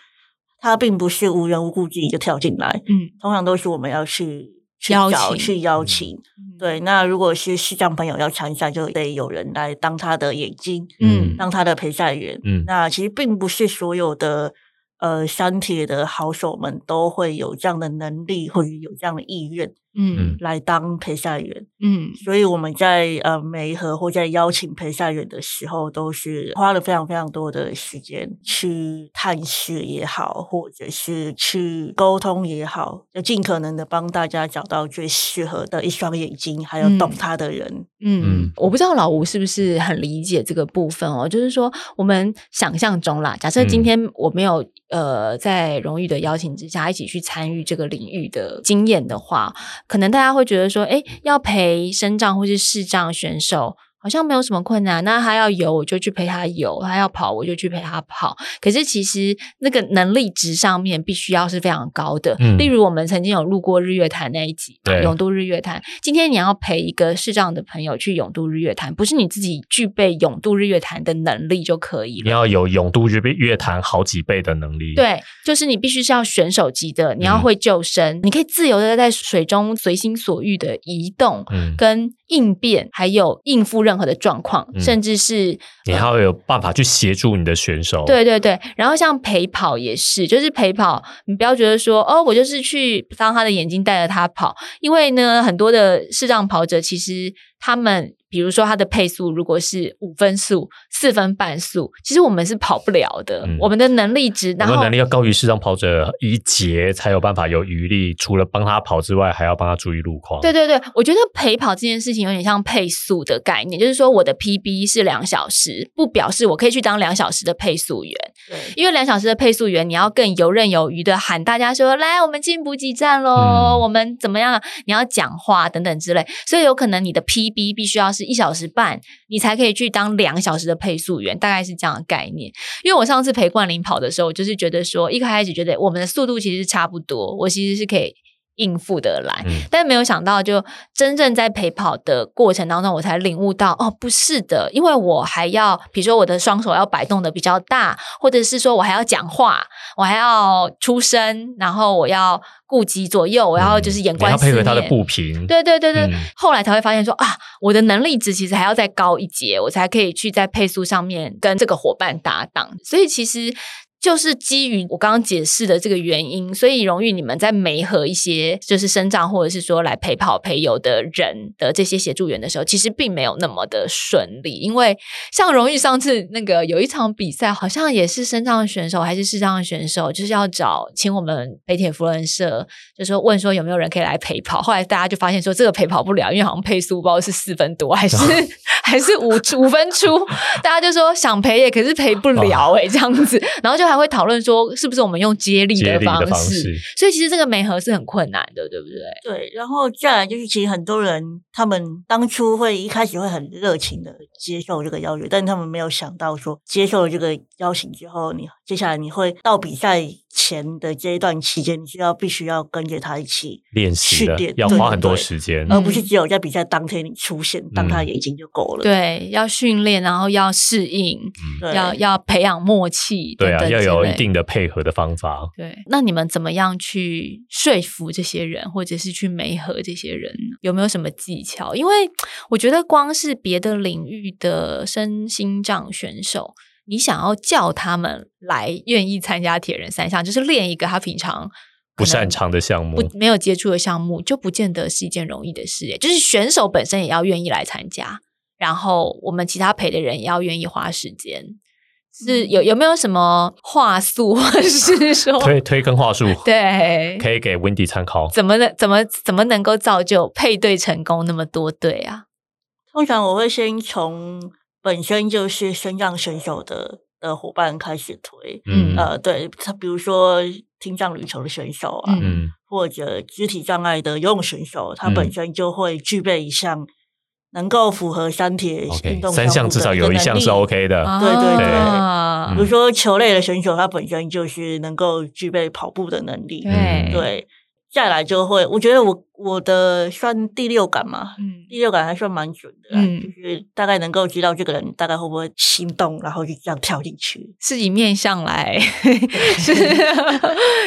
[SPEAKER 1] 他并不是无缘无故自己就跳进来，
[SPEAKER 2] 嗯，
[SPEAKER 1] 通常都是我们要去去
[SPEAKER 2] 邀
[SPEAKER 1] 找
[SPEAKER 2] 请嗯
[SPEAKER 1] 去邀请。对，那如果是视障朋友要参赛，就得有人来当他的眼睛，
[SPEAKER 3] 嗯
[SPEAKER 1] 当他的陪赛员。
[SPEAKER 3] 嗯
[SPEAKER 1] 那其实并不是所有的呃山铁的好手们都会有这样的能力或者有这样的意愿
[SPEAKER 2] 嗯
[SPEAKER 1] 来当陪赛员，
[SPEAKER 2] 嗯
[SPEAKER 1] 所以我们在呃媒合或在邀请陪赛员的时候，都是花了非常非常多的时间去探视也好，或者是去沟通也好，就尽可能的帮大家找到最适合的一双眼睛，还有懂
[SPEAKER 2] 嗯
[SPEAKER 1] 他的人。
[SPEAKER 2] 嗯
[SPEAKER 3] 嗯，
[SPEAKER 2] 我不知道老吴是不是很理解这个部分哦。就是说，我们想象中啦，假设今
[SPEAKER 3] 嗯
[SPEAKER 2] 天我没有、呃在荣誉的邀请之下一起去参与这个领域的经验的话，可能大家会觉得说，哎，要陪身障或是视障选手。好像没有什么困难，那他要游我就去陪他游，他要跑我就去陪他跑。可是其实那个能力值上面必须要是非常高的。
[SPEAKER 3] 嗯
[SPEAKER 2] 例如我们曾经有录过日月潭那一集嘛，
[SPEAKER 3] 对
[SPEAKER 2] 永渡日月潭。今天你要陪一个视障的朋友去永渡日月潭，不是你自己具备永渡日月潭的能力就可以
[SPEAKER 3] 你
[SPEAKER 2] 了。
[SPEAKER 3] 要有勇度乐乐坛好几倍的能力。，
[SPEAKER 2] 对，就是你必须是要选手级的，你要
[SPEAKER 3] 嗯
[SPEAKER 2] 会救生，你可以自由的在水中随心所欲的移动。
[SPEAKER 3] 嗯，
[SPEAKER 2] 跟应变，还有应付任何的状况，
[SPEAKER 3] 嗯
[SPEAKER 2] 甚至是
[SPEAKER 3] 你还要有办法去协助你的选手。
[SPEAKER 2] 对对对，然后像陪跑也是，就是陪跑，你不要觉得说哦，我就是去当他的眼睛带着他跑，因为呢，很多的视障跑者其实他们。比如说，他的配速如果是五分速、四分半速，其实我们是跑不了的。
[SPEAKER 3] 嗯
[SPEAKER 2] 我们的能力值，
[SPEAKER 3] 我
[SPEAKER 2] 然
[SPEAKER 3] 们
[SPEAKER 2] 后
[SPEAKER 3] 能力要高于视障跑者一节，才有办法有余力。除了帮他跑之外，还要帮他注意路况。
[SPEAKER 2] 对，对对，我觉得陪跑这件事情有点像配速的概念，就是说我的 PB 是两小时，不表示我可以去当两小时的配速员。
[SPEAKER 1] 对，
[SPEAKER 2] 因为两小时的配速员，你要更游刃有余的喊大家说：“来，我们进补给站喽，
[SPEAKER 3] 嗯
[SPEAKER 2] 我们怎么样？”你要讲话等等之类，所以有可能你的 PB 必须要是一小时半，你才可以去当两小时的配速员，大概是这样的概念。因为我上次陪冠霖跑的时候，我就是觉得说，一开始觉得我们的速度其实是差不多，我其实是可以应付得来。
[SPEAKER 3] 嗯
[SPEAKER 2] 但没有想到，就真正在陪跑的过程当中，我才领悟到哦，不是的，因为我还要，比如说我的双手要摆动的比较大，或者是说我还要讲话，我还要出声，然后我要顾及左右，我要就是眼
[SPEAKER 3] 嗯你
[SPEAKER 2] 观
[SPEAKER 3] 要
[SPEAKER 2] 四面。
[SPEAKER 3] 配合他的步频。
[SPEAKER 2] 对对对对，
[SPEAKER 3] 嗯
[SPEAKER 2] 后来才会发现说啊，我的能力值其实还要再高一截，我才可以去在配速上面跟这个伙伴搭档。所以其实就是基于我刚刚解释的这个原因，所以荣誉你们在媒合一些就是生长或者是说来陪跑陪游的人的这些协助员的时候，其实并没有那么的顺利，因为像荣誉上次那个有一场比赛，好像也是身障选手还是视障选手，就是要找请我们北铁福人社，就说问说有没有人可以来陪跑。后来大家就发现说这个陪跑不了，因为好像配速不知道是四分多还
[SPEAKER 3] 哦
[SPEAKER 2] 是 *laughs* 还是五五分出，大家就说想陪耶，可是陪不
[SPEAKER 3] 哦
[SPEAKER 2] 了哎、这样子，然后就还会讨论说是不是我们用接力
[SPEAKER 3] 接
[SPEAKER 2] 的
[SPEAKER 3] 力的方
[SPEAKER 2] 式。
[SPEAKER 3] 式，
[SPEAKER 2] 所以其实这个媒合是很困难的，对不对？
[SPEAKER 1] 对，然后再来就是，其实很多人他们当初会一开始会很热情的接受这个邀约，但他们没有想到说，接受了这个邀请之后，你接下来你会到比赛前的这一段期间，你是要必须要跟着他一起，
[SPEAKER 3] 练习的
[SPEAKER 1] 训练
[SPEAKER 3] 要
[SPEAKER 1] 对
[SPEAKER 3] 花
[SPEAKER 1] 对
[SPEAKER 3] 很多
[SPEAKER 1] 对
[SPEAKER 3] 时间。嗯
[SPEAKER 1] 而不是只有在比赛当天你出现，当他眼睛就够了。
[SPEAKER 2] 嗯对，要训练，然后要适应，
[SPEAKER 1] 对
[SPEAKER 2] 要要培养默契，
[SPEAKER 3] 对啊，
[SPEAKER 2] 等等
[SPEAKER 3] 要
[SPEAKER 2] 之
[SPEAKER 3] 有一
[SPEAKER 2] 类
[SPEAKER 3] 定的配合的方法。
[SPEAKER 2] 对，那你们怎么样去说服这些人，或者是去媒合这些人呢？有没有什么技巧？因为我觉得光是别的领域的身心障选手，你想要叫他们来愿意参加铁人三项，就是练一个他平常
[SPEAKER 3] 不
[SPEAKER 2] 可能
[SPEAKER 3] 擅长的项目
[SPEAKER 2] 不，没有接触的项目，就不见得是一件容易的事耶。就是选手本身也要愿意来参加，然后我们其他陪的人也要愿意花时间。是有有没有什么话术，或者是说
[SPEAKER 3] 推推跟话术
[SPEAKER 2] 对，
[SPEAKER 3] 可以给 Wendy 参考。
[SPEAKER 2] 怎么能怎么怎么能够造就配对成功那么多对啊？
[SPEAKER 1] 通常我会先从本身就是升降选手的的伙伴开始推，
[SPEAKER 3] 嗯
[SPEAKER 1] 呃，对他，比如说听障旅程的选手啊，
[SPEAKER 2] 嗯
[SPEAKER 3] 嗯
[SPEAKER 1] 或者肢体障碍的游泳选手，他本
[SPEAKER 3] 嗯
[SPEAKER 1] 身就会具备一项能够符合三铁运
[SPEAKER 3] ，OK，
[SPEAKER 1] 动
[SPEAKER 3] 三项
[SPEAKER 1] 目
[SPEAKER 3] 至
[SPEAKER 1] 的
[SPEAKER 3] 少
[SPEAKER 1] 个
[SPEAKER 3] 有一
[SPEAKER 1] 能
[SPEAKER 3] 项是哦嗯
[SPEAKER 1] 力
[SPEAKER 3] OK
[SPEAKER 2] 哦
[SPEAKER 3] 的。
[SPEAKER 1] 对对对
[SPEAKER 2] 啊
[SPEAKER 1] 比如说球类的选手，他本身就是能够具备跑步的能力，
[SPEAKER 3] 嗯
[SPEAKER 2] 对
[SPEAKER 1] 对。再来就会，我觉得我我的算第六感嘛，
[SPEAKER 2] 嗯
[SPEAKER 1] 第六感还算蛮准的啦，
[SPEAKER 2] 嗯
[SPEAKER 1] 就是大概能够知道这个人大概会不会心动，然后就这样跳进去。
[SPEAKER 2] 是以面相来， *laughs*
[SPEAKER 3] *laughs*
[SPEAKER 2] 是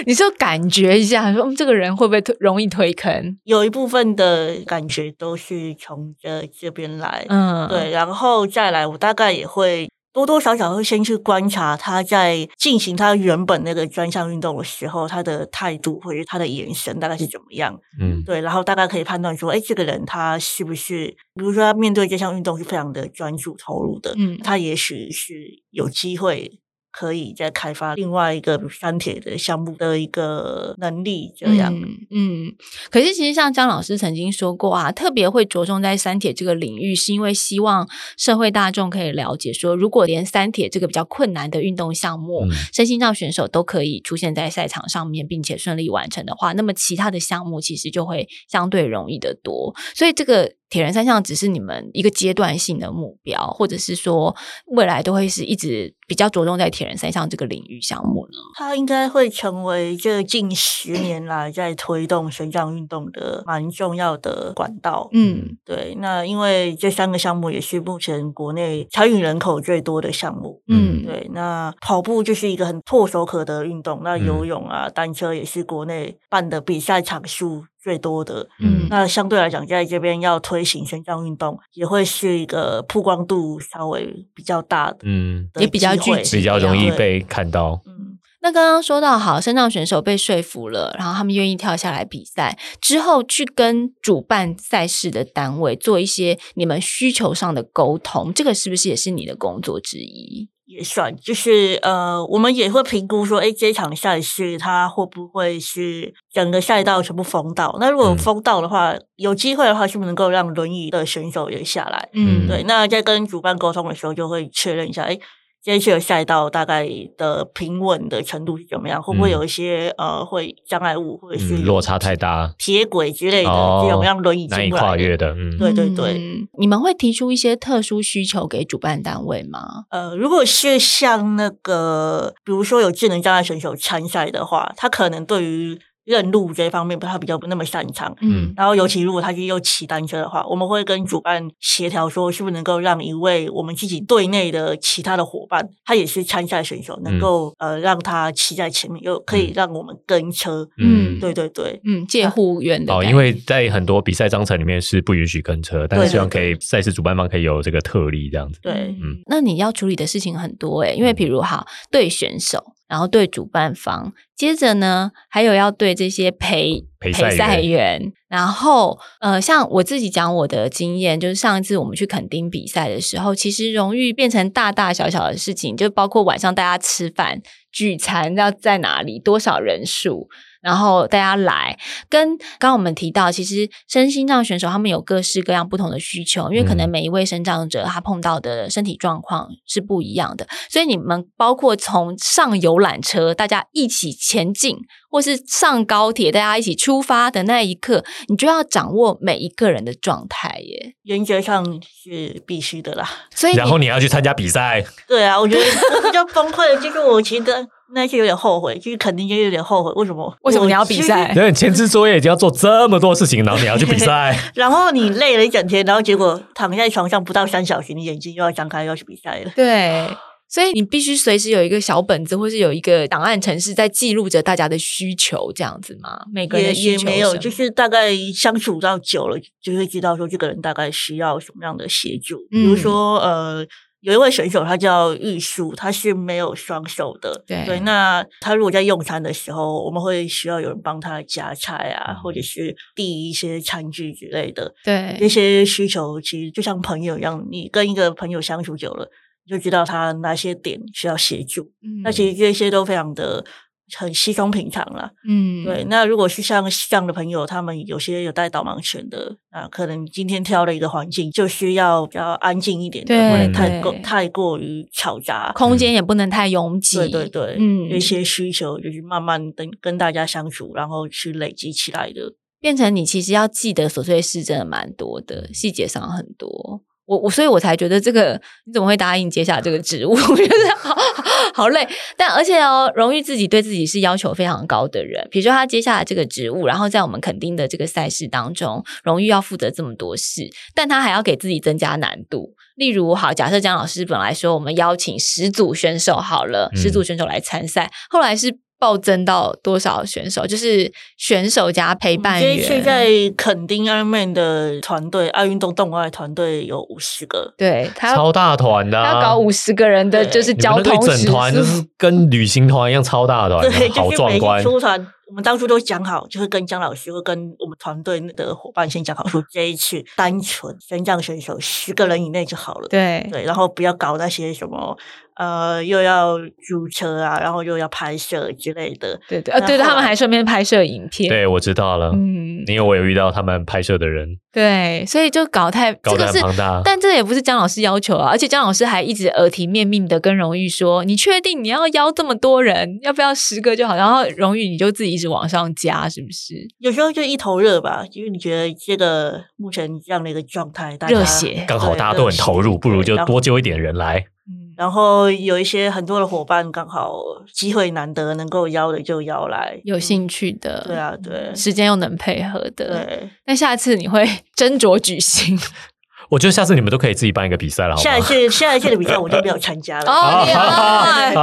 [SPEAKER 2] 你就感觉一下，说嗯，这个人会不会推容易推坑？
[SPEAKER 1] 有一部分的感觉都是从这这边来，
[SPEAKER 2] 嗯，
[SPEAKER 1] 对，然后再来，我大概也会多多少少会先去观察他在进行他原本那个专项运动的时候，他的态度或者是他的眼神大概是怎么样。
[SPEAKER 3] 嗯
[SPEAKER 1] 对，然后大概可以判断说，哎，这个人他是不是，比如说他面对这项运动是非常的专注投入的，
[SPEAKER 2] 嗯
[SPEAKER 1] 他也许是有机会可以再开发另外一个比如山铁的项目的一个能力，这样。
[SPEAKER 2] 嗯嗯，可是其实像张老师曾经说过啊，特别会着重在三铁这个领域，是因为希望社会大众可以了解说，如果连三铁这个比较困难的运动项目，
[SPEAKER 3] 嗯
[SPEAKER 2] 身心障选手都可以出现在赛场上面，并且顺利完成的话，那么其他的项目其实就会相对容易得多。所以这个铁人三项只是你们一个阶段性的目标，或者是说未来都会是一直比较着重在铁人三项这个领域项目呢？
[SPEAKER 1] 他应该会成为这近十年来在推动升降运动的蛮重要的管道。
[SPEAKER 2] 嗯
[SPEAKER 1] 对，那因为这三个项目也是目前国内参与人口最多的项目。
[SPEAKER 2] 嗯，
[SPEAKER 1] 对，那跑步就是一个很唾手可得的运动，那游
[SPEAKER 3] 嗯
[SPEAKER 1] 泳啊、单车也是国内办的比赛场数最多的。
[SPEAKER 3] 嗯
[SPEAKER 1] 那相对来讲，在这边要推行升降运动，也会是一个曝光度稍微比较大的，
[SPEAKER 3] 嗯，
[SPEAKER 1] 的
[SPEAKER 2] 也比较
[SPEAKER 1] 机会
[SPEAKER 2] 聚集
[SPEAKER 3] 比较容易
[SPEAKER 1] 对
[SPEAKER 3] 被看到。
[SPEAKER 1] 嗯，
[SPEAKER 2] 那刚刚说到，好，身障选手被说服了，然后他们愿意跳下来比赛，之后去跟主办赛事的单位做一些你们需求上的沟通，这个是不是也是你的工作之一？
[SPEAKER 1] 也算就是呃，我们也会评估说，哎，这场赛事它会不会是整个赛道全部封道？那如果
[SPEAKER 3] 嗯
[SPEAKER 1] 封道的话，有机会的话，是不是能够让轮椅的选手也下来？
[SPEAKER 3] 嗯
[SPEAKER 1] 对，那在跟主办沟通的时候，就会确认一下，哎，这一次的赛道大概的平稳的程度是怎么样？会不会
[SPEAKER 3] 嗯
[SPEAKER 1] 有一些、呃，会障碍物或者是
[SPEAKER 3] 嗯，落差太大，哦
[SPEAKER 1] 铁轨之类的，这种让轮椅
[SPEAKER 3] 难
[SPEAKER 1] 进
[SPEAKER 3] 以
[SPEAKER 1] 不来
[SPEAKER 3] 跨
[SPEAKER 1] 的
[SPEAKER 3] 越的。嗯，
[SPEAKER 1] 对对对
[SPEAKER 2] 嗯你们会提出一些特殊需求给主办单位吗？
[SPEAKER 1] 呃，如果是像那个，比如说有智能障碍选手参赛的话，他可能对于认路这方面，他比较不那么擅长。
[SPEAKER 3] 嗯
[SPEAKER 1] 然后，尤其如果他是又骑单车的话，我们会跟主办协调说，是不是能够让一位我们自己队内的其他的伙伴，他也是参赛选手，能
[SPEAKER 3] 嗯
[SPEAKER 1] 够、呃让他骑在前面，又可以
[SPEAKER 3] 嗯
[SPEAKER 1] 让我们跟车。
[SPEAKER 2] 嗯
[SPEAKER 1] 对对对，
[SPEAKER 2] 嗯，介护员的
[SPEAKER 3] 哦，
[SPEAKER 2] 概念
[SPEAKER 3] 因为在很多比赛章程里面是不允许跟车，但是
[SPEAKER 1] 对
[SPEAKER 3] 希望可以赛事主办方可以有这个特例这样子。
[SPEAKER 1] 对
[SPEAKER 3] 嗯
[SPEAKER 2] 那你要处理的事情很多欸诶、因为比如哈，对选手，然后对主办方，接着呢，还有要对这些陪
[SPEAKER 3] 陪赛员
[SPEAKER 2] 员，然后呃，像我自己讲我的经验，就是上一次我们去垦丁比赛的时候，其实荣誉变成大大小小的事情，就包括晚上大家吃饭、聚餐要在哪里、多少人数，然后大家来，跟刚刚我们提到，其实身心障选手他们有各式各样不同的需求，因为可能
[SPEAKER 3] 嗯
[SPEAKER 2] 每一位身障者他碰到的身体状况是不一样的，所以你们包括从上游览车大家一起前进，或是上高铁大家一起出发的那一刻，你就要掌握每一个人的状态耶。
[SPEAKER 1] 原则上是必须的啦。
[SPEAKER 2] 所以
[SPEAKER 3] *laughs* 然后你要去参加比赛，
[SPEAKER 1] 对啊，我觉得比较崩溃的就是我觉得那一些有点后悔，就是肯定就有点后悔，为什么
[SPEAKER 2] 为什么你要比？
[SPEAKER 1] 我
[SPEAKER 2] 赛
[SPEAKER 1] 去？
[SPEAKER 3] 因为前置作业已经要做这么多事情，然后你要去比 *laughs* 赛，
[SPEAKER 1] 然后你累了一整天，然后结果躺在床上不到三小时，你眼睛又要张开，又要去比赛了。
[SPEAKER 2] 对，所以你必须随时有一个小本子，或是有一个档案程式在记录着大家的需求，这样子吗？每个人
[SPEAKER 1] 也
[SPEAKER 2] 的需
[SPEAKER 1] 也
[SPEAKER 2] 求
[SPEAKER 1] 没有，
[SPEAKER 2] 什么
[SPEAKER 1] 就是大概相处到久了，就会知道说这个人大概需要什么样的协助。比如
[SPEAKER 2] 嗯
[SPEAKER 1] 说，呃，有一位选手他叫玉树，他是没有双手的。
[SPEAKER 2] 对
[SPEAKER 1] 那他如果在用餐的时候，我们会需要有人帮他夹菜啊，或者是递一些餐具之类的。这
[SPEAKER 2] 嗯对
[SPEAKER 1] 些需求其实就像朋友一样，你跟一个朋友相处久了，你就知道他哪些点需要协助。那
[SPEAKER 2] 实
[SPEAKER 1] 其实这些都非常的很稀松平常啦。
[SPEAKER 2] 嗯
[SPEAKER 1] 对，那如果是像西藏的朋友，他们有些有带导盲犬的啊，可能今天挑了一个环境，就需要比较安静一点的，不
[SPEAKER 2] 对
[SPEAKER 1] 能太过
[SPEAKER 2] 对
[SPEAKER 1] 太过于嘈杂。
[SPEAKER 2] 空间也不能太拥挤，
[SPEAKER 1] 对对对，
[SPEAKER 2] 嗯
[SPEAKER 1] 一些需求就是慢慢跟跟大家相处，然后去累积起来的。
[SPEAKER 2] 变成你其实要记得琐碎事真的蛮多的，细节上很多。我我所以我才觉得这个你怎么会答应接下这个职务？ *laughs* 我觉得好好累。但而且哦，荣誉自己对自己是要求非常高的人。比如说他接下来这个职务，然后在我们肯定的这个赛事当中，荣誉要负责这么多事，但他还要给自己增加难度。例如，好，假设姜老师本来说我们邀请十组选手好了，
[SPEAKER 3] 嗯
[SPEAKER 2] 十组选手来参赛，后来是暴增到多少选手？就是选手加陪伴
[SPEAKER 1] 这一
[SPEAKER 2] 员。
[SPEAKER 1] 次在垦丁 Ironman 的团队，爱运动动物爱团队有五十个，
[SPEAKER 2] 对他要
[SPEAKER 3] 超大团的、
[SPEAKER 2] 他
[SPEAKER 3] 啊，
[SPEAKER 2] 要搞五十个人的，
[SPEAKER 1] 对
[SPEAKER 2] 就是
[SPEAKER 3] 你们
[SPEAKER 2] 交
[SPEAKER 3] 那个
[SPEAKER 2] 通
[SPEAKER 3] 一
[SPEAKER 2] 时
[SPEAKER 3] 整团就
[SPEAKER 2] 速。
[SPEAKER 3] 是跟旅行团一样超大 *laughs*
[SPEAKER 1] *laughs*
[SPEAKER 3] 团
[SPEAKER 1] 对，，
[SPEAKER 3] 好
[SPEAKER 1] 就是
[SPEAKER 3] 壮
[SPEAKER 1] 每次
[SPEAKER 3] 观。
[SPEAKER 1] 出团，我们当初都讲好，就是跟姜老师会跟我们团队的伙伴先讲好，说这一次单纯升降选手十个人以内就好了。
[SPEAKER 2] *laughs* 对
[SPEAKER 1] 对，然后不要搞那些什么，呃，又要租车啊，然后又要拍摄之类的。
[SPEAKER 2] 对对，呃，
[SPEAKER 1] 那
[SPEAKER 2] 对
[SPEAKER 1] 后
[SPEAKER 2] 他们
[SPEAKER 1] 来
[SPEAKER 2] 还顺便拍摄影片。，
[SPEAKER 3] 对，啊我知道了，
[SPEAKER 2] 嗯，
[SPEAKER 3] 因为我有遇到他们拍摄的人，
[SPEAKER 2] 对，所以就搞太
[SPEAKER 3] 搞
[SPEAKER 2] 这个
[SPEAKER 3] 得很
[SPEAKER 2] 是
[SPEAKER 3] 庞大。啊
[SPEAKER 2] 但这也不是姜老师要求啊，而且姜老师还一直耳提面命的跟荣誉说：“你确定你要邀这么多人？要不要十个就好？”然后荣誉你就自己一直往上加，是不是？
[SPEAKER 1] 有时候就一头热吧，因为你觉得这个目前这样的一个状态，大家
[SPEAKER 2] 热血
[SPEAKER 3] 刚好
[SPEAKER 1] 对
[SPEAKER 3] 大家都
[SPEAKER 1] 热
[SPEAKER 3] 很
[SPEAKER 1] 血
[SPEAKER 3] 投入，不如
[SPEAKER 1] 对
[SPEAKER 3] 就
[SPEAKER 1] 然后
[SPEAKER 3] 多揪一点人来。
[SPEAKER 2] 嗯，
[SPEAKER 1] 然后有一些很多的伙伴刚好机会难得，能够邀的就邀来，
[SPEAKER 2] 有兴
[SPEAKER 1] 趣。
[SPEAKER 2] 趣的，
[SPEAKER 1] 对啊对
[SPEAKER 2] 时间又能配合的。
[SPEAKER 1] 对，
[SPEAKER 2] 那下次你会斟酌举行
[SPEAKER 3] 我觉得下次你们都可以自己办一个比赛了，好吗？
[SPEAKER 1] 下一次下一次的比赛我就没有参加了。
[SPEAKER 2] 哦
[SPEAKER 3] 啊
[SPEAKER 2] 厉害
[SPEAKER 3] 啊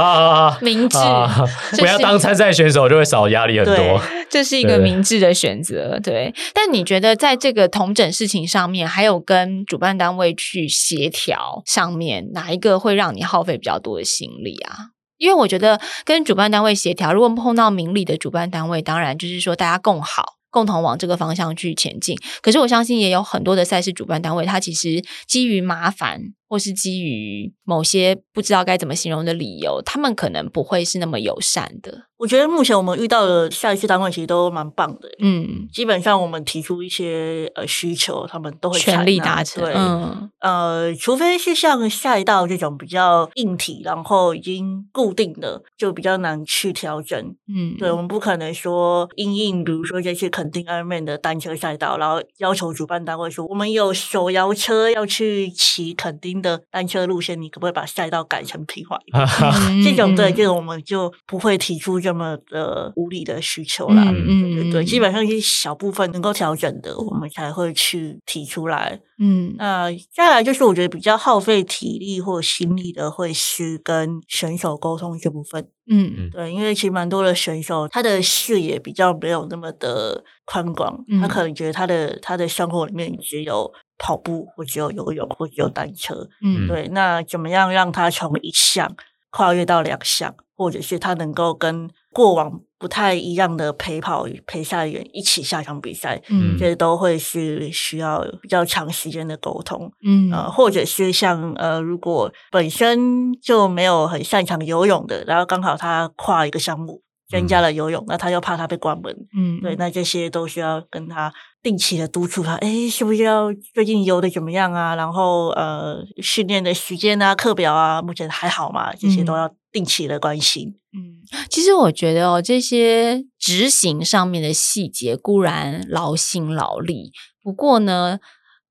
[SPEAKER 2] *laughs*
[SPEAKER 3] 啊
[SPEAKER 2] 明智，
[SPEAKER 3] 啊！啊
[SPEAKER 2] 这
[SPEAKER 3] 不要
[SPEAKER 2] 是
[SPEAKER 3] 当参赛选手，就会少压力很
[SPEAKER 1] 对
[SPEAKER 3] 多。
[SPEAKER 2] 这是一个
[SPEAKER 3] 对
[SPEAKER 2] 明智的选择，对。但你觉得在这个同整事情上面，还有跟主办单位去协调上面，哪一个会让你耗费比较多的心力啊？因为我觉得跟主办单位协调，如果碰到明理的主办单位，当然就是说大家共好。共同往这个方向去前进。可是我相信也有很多的赛事主办单位，它其实基于麻烦或是基于某些不知道该怎么形容的理由，他们可能不会是那么友善的。
[SPEAKER 1] 我觉得目前我们遇到的下一次单位其实都蛮棒的，
[SPEAKER 2] 嗯，
[SPEAKER 1] 基本上我们提出一些呃需求，他们都会采
[SPEAKER 2] 全力
[SPEAKER 1] 纳
[SPEAKER 2] 达成。
[SPEAKER 1] 对，
[SPEAKER 2] 嗯，
[SPEAKER 1] 呃，除非是像下一道这种比较硬体，然后已经固定的，就比较难去调整。
[SPEAKER 2] 嗯，
[SPEAKER 1] 对，我们不可能说因应，比如说这次肯定 Ironman 的单车赛道，然后要求主办单位说，我们有手摇车要去骑肯定的单车路线，你可不可以把赛道改成平缓一点？
[SPEAKER 2] 嗯
[SPEAKER 1] 这种对，
[SPEAKER 2] 嗯
[SPEAKER 1] 这种我们就不会提出这么的无理的需求啦。
[SPEAKER 2] 嗯嗯
[SPEAKER 1] 对对对，
[SPEAKER 2] 嗯
[SPEAKER 1] 基本上是小部分能够调整的，我们才会去提出来。
[SPEAKER 2] 嗯
[SPEAKER 1] 那再来就是我觉得比较耗费体力或心力的，会是跟选手沟通这部分。
[SPEAKER 2] 嗯
[SPEAKER 1] 对，因为其实蛮多的选手，他的视野比较没有那么的宽广，
[SPEAKER 2] 嗯
[SPEAKER 1] 他可能觉得他的他的生活里面只有跑步，或只有游泳，或只有单车。
[SPEAKER 2] 嗯
[SPEAKER 1] 对，那怎么样让他从一项跨越到两项，或者是他能够跟过往不太一样的陪跑陪赛员一起下场比赛？
[SPEAKER 2] 嗯
[SPEAKER 1] 这都会是需要比较长时间的沟通，
[SPEAKER 2] 嗯
[SPEAKER 1] 呃，或者是像呃，如果本身就没有很擅长游泳的，然后刚好他跨一个项目增加了游泳，那他又怕他被关门，
[SPEAKER 2] 嗯
[SPEAKER 1] 对，那这些都需要跟他定期的督促他，哎，是不是要最近游的怎么样啊？然后呃，训练的时间啊、课表啊，目前还好吗？这些都
[SPEAKER 2] 嗯
[SPEAKER 1] 要定期的关心。
[SPEAKER 2] 嗯，其实我觉得哦，这些执行上面的细节固然劳心劳力，不过呢，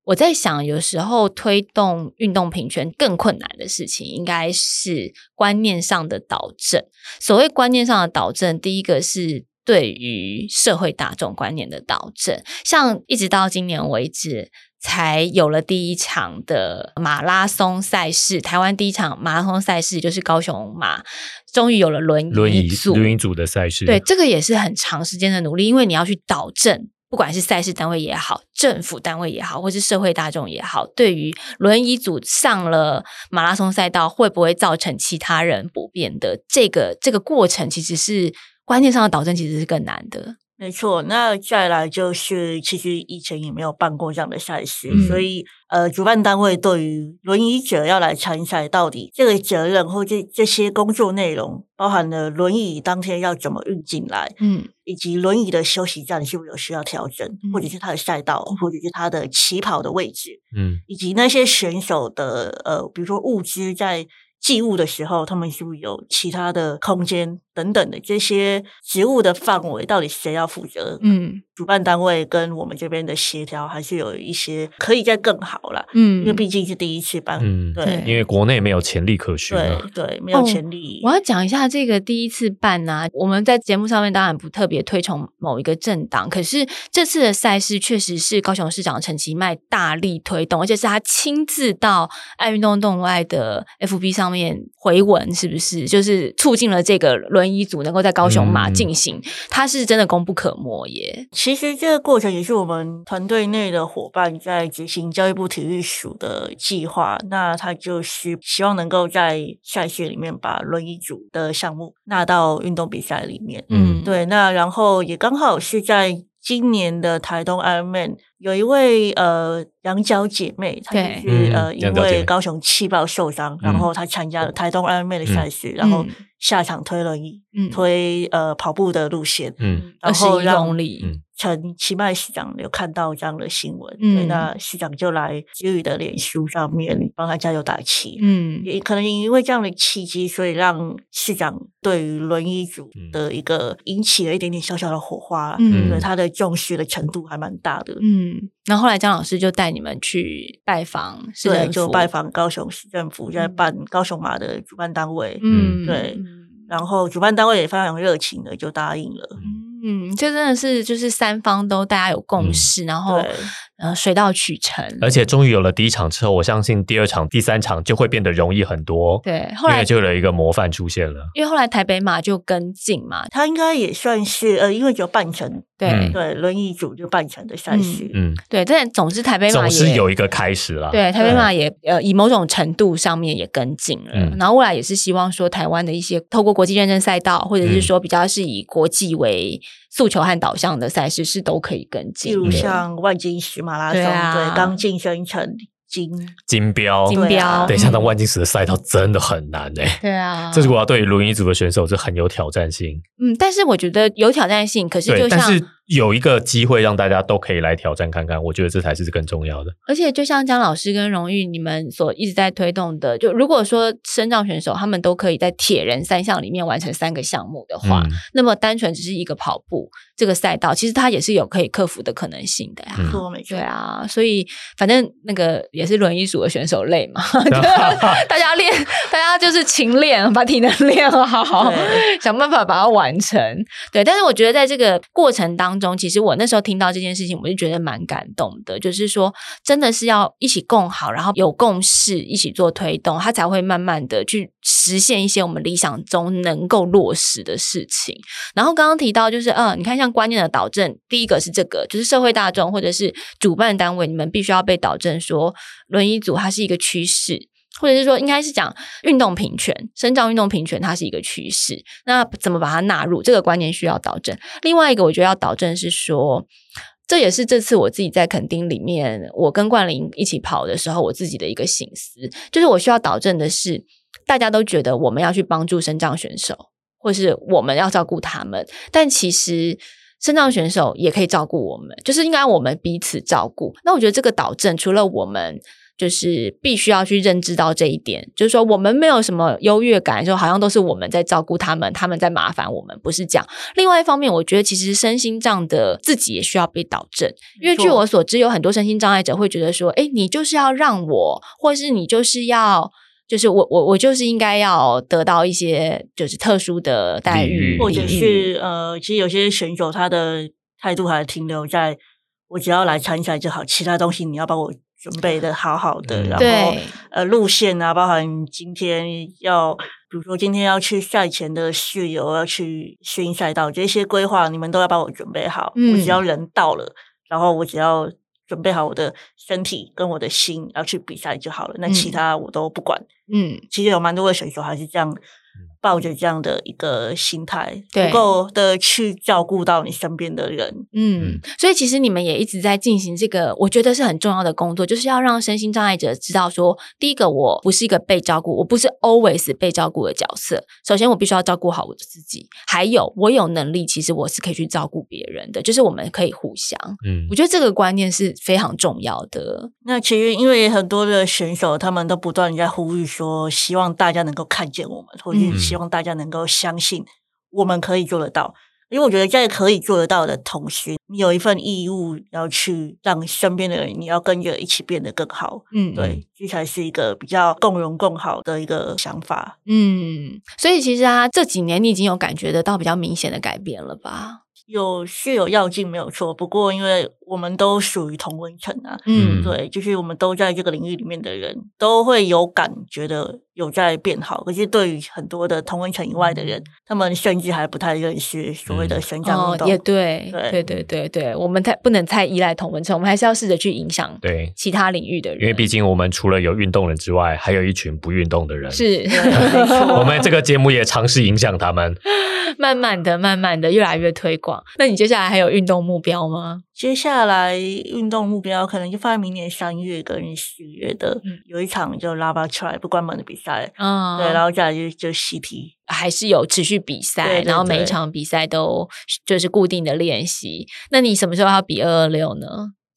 [SPEAKER 2] 我在想，有时候推动运动平权更困难的事情，应该是观念上的导正。所谓观念上的导正，第一个是对于社会大众观念的导正，像一直到今年为止。才有了第一场的马拉松赛事，台湾第一场马拉松赛事就是高雄马，终于有了轮
[SPEAKER 3] *laughs* 轮椅
[SPEAKER 2] 椅组。
[SPEAKER 3] 轮椅组的赛事，
[SPEAKER 2] 对，这个也是很长时间的努力，因为你要去导正，不管是赛事单位也好，政府单位也好，或是社会大众也好，对于轮椅组上了马拉松赛道会不会造成其他人不便的这个这个过程，其实是观念上的导正，其实是更难的。
[SPEAKER 1] 没错，那再来就是，其实以前也没有办过这样的赛事，
[SPEAKER 3] 嗯
[SPEAKER 1] 所以呃，主办单位对于轮椅者要来参赛，到底这个责任或这这些工作内容，包含了轮椅当天要怎么运进来，
[SPEAKER 2] 嗯
[SPEAKER 1] 以及轮椅的休息站是不是有需要调整，或者
[SPEAKER 2] 嗯
[SPEAKER 1] 是它的赛道，或者是它的起跑的位置，
[SPEAKER 3] 嗯，
[SPEAKER 1] 以及那些选手的呃，比如说物资在寄物的时候，他们是不是有其他的空间等等的这些职务的范围，到底谁要负责？
[SPEAKER 2] 嗯
[SPEAKER 1] 主办单位跟我们这边的协调还是有一些可以再更好啦，因为
[SPEAKER 2] 嗯，
[SPEAKER 1] 毕竟是第一次办，
[SPEAKER 3] 嗯
[SPEAKER 1] 对
[SPEAKER 3] 因为国内没有潜力可循啊
[SPEAKER 1] 对。对，没
[SPEAKER 2] 哦
[SPEAKER 1] 有潜力。
[SPEAKER 2] 我要讲一下这个第一次办呐、我们在节目上面当然不特别推崇某一个政党，可是这次的赛事确实是高雄市长陈其迈大力推动，而且是他亲自到爱运动动爱的 FB 上面回文，是不是就是促进了这个轮椅组能够在高雄马
[SPEAKER 3] 嗯
[SPEAKER 2] 进行？他是真的功不可没耶。
[SPEAKER 1] 其实这个过程也是我们团队内的伙伴在执行教育部体育署的计划，那他就是希望能够在赛事里面把轮椅组的项目纳到运动比赛里面。
[SPEAKER 3] 嗯
[SPEAKER 1] 对，那然后也刚好是在今年的台东 Ironman，有一位呃杨角姐妹，她就
[SPEAKER 2] 对
[SPEAKER 1] 是、
[SPEAKER 3] 嗯
[SPEAKER 1] 呃因
[SPEAKER 3] 杨角姐妹
[SPEAKER 1] 为高雄气爆受伤，然
[SPEAKER 3] 嗯
[SPEAKER 1] 后她参加了台东 Ironman 的赛事，然后
[SPEAKER 2] 嗯
[SPEAKER 1] 下场推轮椅，
[SPEAKER 2] 嗯
[SPEAKER 1] 推呃跑步的路线，
[SPEAKER 3] 嗯，
[SPEAKER 2] 二
[SPEAKER 1] 然
[SPEAKER 2] 十
[SPEAKER 1] 后
[SPEAKER 2] 一
[SPEAKER 1] 让
[SPEAKER 2] 公里，
[SPEAKER 3] 嗯
[SPEAKER 1] 陈其迈市长有看到这样的新闻，
[SPEAKER 2] 嗯
[SPEAKER 1] 对，那市长就来基宇的脸书上面帮他加油打气。
[SPEAKER 2] 嗯
[SPEAKER 1] 也可能因为这样的契机，所以让市长对于轮椅组的一个引起了一点点小小的火花，
[SPEAKER 2] 嗯
[SPEAKER 1] 对他的重视的程度还蛮大的。
[SPEAKER 2] 嗯，然后后来江老师就带你们去拜访市
[SPEAKER 1] 对，
[SPEAKER 2] 政
[SPEAKER 1] 就
[SPEAKER 2] 府
[SPEAKER 1] 拜，访高雄市政府在
[SPEAKER 2] 嗯
[SPEAKER 1] 办高雄马的主办单位，
[SPEAKER 2] 嗯，
[SPEAKER 1] 对
[SPEAKER 2] 嗯
[SPEAKER 1] 然后主办单位也非常热情的就答应了。
[SPEAKER 2] 嗯，这真的是就是三方都大家有共
[SPEAKER 3] 嗯
[SPEAKER 2] 识，然后
[SPEAKER 1] 对，
[SPEAKER 2] 呃水到渠成，
[SPEAKER 3] 而且终于有了第一场之后，我相信第二场、第三场就会变得容易很多。，
[SPEAKER 2] 对，后
[SPEAKER 3] 因
[SPEAKER 2] 来
[SPEAKER 3] 为就有一个模范出现了。
[SPEAKER 2] 因为后来台北马就跟进嘛，
[SPEAKER 1] 他应该也算是呃，因为只有半程，
[SPEAKER 2] 对、
[SPEAKER 3] 嗯
[SPEAKER 1] 对轮椅组就半程的赛事，
[SPEAKER 3] 嗯，
[SPEAKER 2] 对，但总之台北马
[SPEAKER 3] 总是
[SPEAKER 2] 也
[SPEAKER 3] 有一个开始啦。
[SPEAKER 2] 哎对台北马也呃以某种程度上面也跟进了，
[SPEAKER 3] 嗯
[SPEAKER 2] 然后未来也是希望说台湾的一些透过国际认证赛道，或者是
[SPEAKER 3] 嗯
[SPEAKER 2] 说比较是以国际为诉求和导向的赛事是都可以跟
[SPEAKER 1] 例
[SPEAKER 2] 进
[SPEAKER 1] 如
[SPEAKER 3] 嗯
[SPEAKER 2] 的，
[SPEAKER 1] 像万金石马拉松，
[SPEAKER 2] 对
[SPEAKER 1] 对,、
[SPEAKER 2] 啊
[SPEAKER 1] 刚晋升成金，
[SPEAKER 3] 金标，
[SPEAKER 2] 金
[SPEAKER 1] 对啊
[SPEAKER 2] 标，
[SPEAKER 3] 等一下，那
[SPEAKER 2] 嗯
[SPEAKER 3] 万金石的赛道真的很难哎、
[SPEAKER 2] 对啊，
[SPEAKER 3] 这如果要对于轮椅组的选手，这很有挑战性。
[SPEAKER 2] 嗯，但是我觉得有挑战性，可是
[SPEAKER 3] 对，
[SPEAKER 2] 就
[SPEAKER 3] 但
[SPEAKER 2] 像
[SPEAKER 3] 是有一个机会让大家都可以来挑战看看，我觉得这才是更重要的。
[SPEAKER 2] 而且就像江老师跟荣誉你们所一直在推动的，就如果说身障选手他们都可以在铁人三项里面完成三个项目的话，
[SPEAKER 3] 嗯
[SPEAKER 2] 那么单纯只是一个跑步这个赛道，其实它也是有可以克服的可能性的呀、 *laughs*
[SPEAKER 3] 嗯
[SPEAKER 1] 说没错
[SPEAKER 2] 对，啊，所以反正那个也是轮椅组的选手累嘛， *laughs*
[SPEAKER 3] *laughs*
[SPEAKER 2] 啊大家练，大家就是勤练，把体能练好，
[SPEAKER 1] 对
[SPEAKER 2] 想办法把它完成。对，但是我觉得在这个过程当中，其实我那时候听到这件事情，我就觉得蛮感动的，就是说真的是要一起共好，然后有共识，一起做推动，它才会慢慢的去实现一些我们理想中能够落实的事情。然后刚刚提到就是，嗯，你看像观念的导正，第一个是这个，就是社会大众或者是主办单位，你们必须要被导正说，轮椅组它是一个趋势。或者是说，应该是讲运动平权，生长运动平权，它是一个趋势。那怎么把它纳入这个观念需要导正？另外一个，我觉得要导正是说，这也是这次我自己在垦丁里面，我跟冠霖一起跑的时候，我自己的一个醒思，就是我需要导正的是，大家都觉得我们要去帮助生长选手，或是我们要照顾他们，但其实。身障选手也可以照顾我们，就是应该我们彼此照顾。那我觉得这个导正，除了我们就是必须要去认知到这一点，就是说我们没有什么优越感，就好像都是我们在照顾他们，他们在麻烦我们，不是这样。另外一方面，我觉得其实身心障的自己也需要被导正，因为
[SPEAKER 1] 没错
[SPEAKER 2] 据我所知，有很多身心障碍者会觉得说，哎，你就是要让我，或是你就是要。就是我我我就是应该要得到一些就是特殊的待
[SPEAKER 3] 礼
[SPEAKER 2] 遇
[SPEAKER 3] 遇，
[SPEAKER 1] 或者
[SPEAKER 2] 礼遇
[SPEAKER 1] 是呃，其实有些选手他的态度还停留在我只要来参赛就好，其他东西你要帮我准备的好好的，
[SPEAKER 3] 嗯
[SPEAKER 1] 然后
[SPEAKER 2] 对
[SPEAKER 1] 呃路线啊，包含今天要，比如说今天要去赛前的室友要去训练赛道这些规划，你们都要帮我准备好，我
[SPEAKER 2] 嗯
[SPEAKER 1] 只要人到了，然后我只要。准备好我的身体跟我的心，要去比赛就好了。那其
[SPEAKER 2] 嗯
[SPEAKER 1] 他我都不管，
[SPEAKER 2] 嗯，
[SPEAKER 1] 其实有蛮多的选手还是这样抱着这样的一个心态，
[SPEAKER 2] 对
[SPEAKER 1] 不够的去照顾到你身边的人。
[SPEAKER 2] 嗯
[SPEAKER 3] 嗯，
[SPEAKER 2] 所以其实你们也一直在进行这个，我觉得是很重要的工作，就是要让身心障碍者知道说，第一个我不是一个被照顾，我不是 always 被照顾的角色。首先，我必须要照顾好我自己，还有我有能力，其实我是可以去照顾别人的，就是我们可以互相。
[SPEAKER 3] 嗯
[SPEAKER 2] 我觉得这个观念是非常重要的。
[SPEAKER 1] 那其实因为很多的选手，他们都不断地在呼吁说，希望大家能够看见我们，或者
[SPEAKER 2] 嗯
[SPEAKER 1] 是希望大家能够相信我们可以做得到。因为我觉得在可以做得到的同时，你有一份义务要去让身边的人，你要跟着一起变得更好。
[SPEAKER 2] 嗯，
[SPEAKER 1] 对，这才是一个比较共荣共好的一个想法。
[SPEAKER 2] 嗯，所以其实啊，这几年你已经有感觉得到比较明显的改变了吧？
[SPEAKER 1] 有是有要进没有错，不过因为我们都属于同温层啊，
[SPEAKER 3] 嗯
[SPEAKER 1] 对，就是我们都在这个领域里面的人都会有感觉的有在变好。可是对于很多的同温层以外的人，他们甚至还不太认识所谓的
[SPEAKER 3] 嗯
[SPEAKER 1] 神障
[SPEAKER 2] 哦
[SPEAKER 1] 运，动。
[SPEAKER 2] 也对，对
[SPEAKER 1] 对
[SPEAKER 2] 对对对，我们太不能太依赖同文层，我们还是要试着去影响
[SPEAKER 3] 对，
[SPEAKER 2] 其他领域的人，
[SPEAKER 3] 因为毕竟我们除了有运动人之外，还有一群不运动的人。
[SPEAKER 2] 是
[SPEAKER 1] 没错
[SPEAKER 3] *laughs* 我们这个节目也尝试影响他们。
[SPEAKER 2] *laughs* 慢慢的、慢慢的越来越推广。那你接下来还有运动目标吗？
[SPEAKER 1] 接下来运动目标可能就放在明年三月跟四月的、
[SPEAKER 2] 嗯
[SPEAKER 1] 有一场就拉巴 try 不关门的比赛，
[SPEAKER 3] 哦
[SPEAKER 2] 啊、
[SPEAKER 1] 对，然后再来就就 CT，
[SPEAKER 2] 还是有持续比赛，
[SPEAKER 1] 对对
[SPEAKER 2] 然后每一
[SPEAKER 1] 对
[SPEAKER 2] 场比赛都就是固定的练习。那你什么时候要比二二六呢？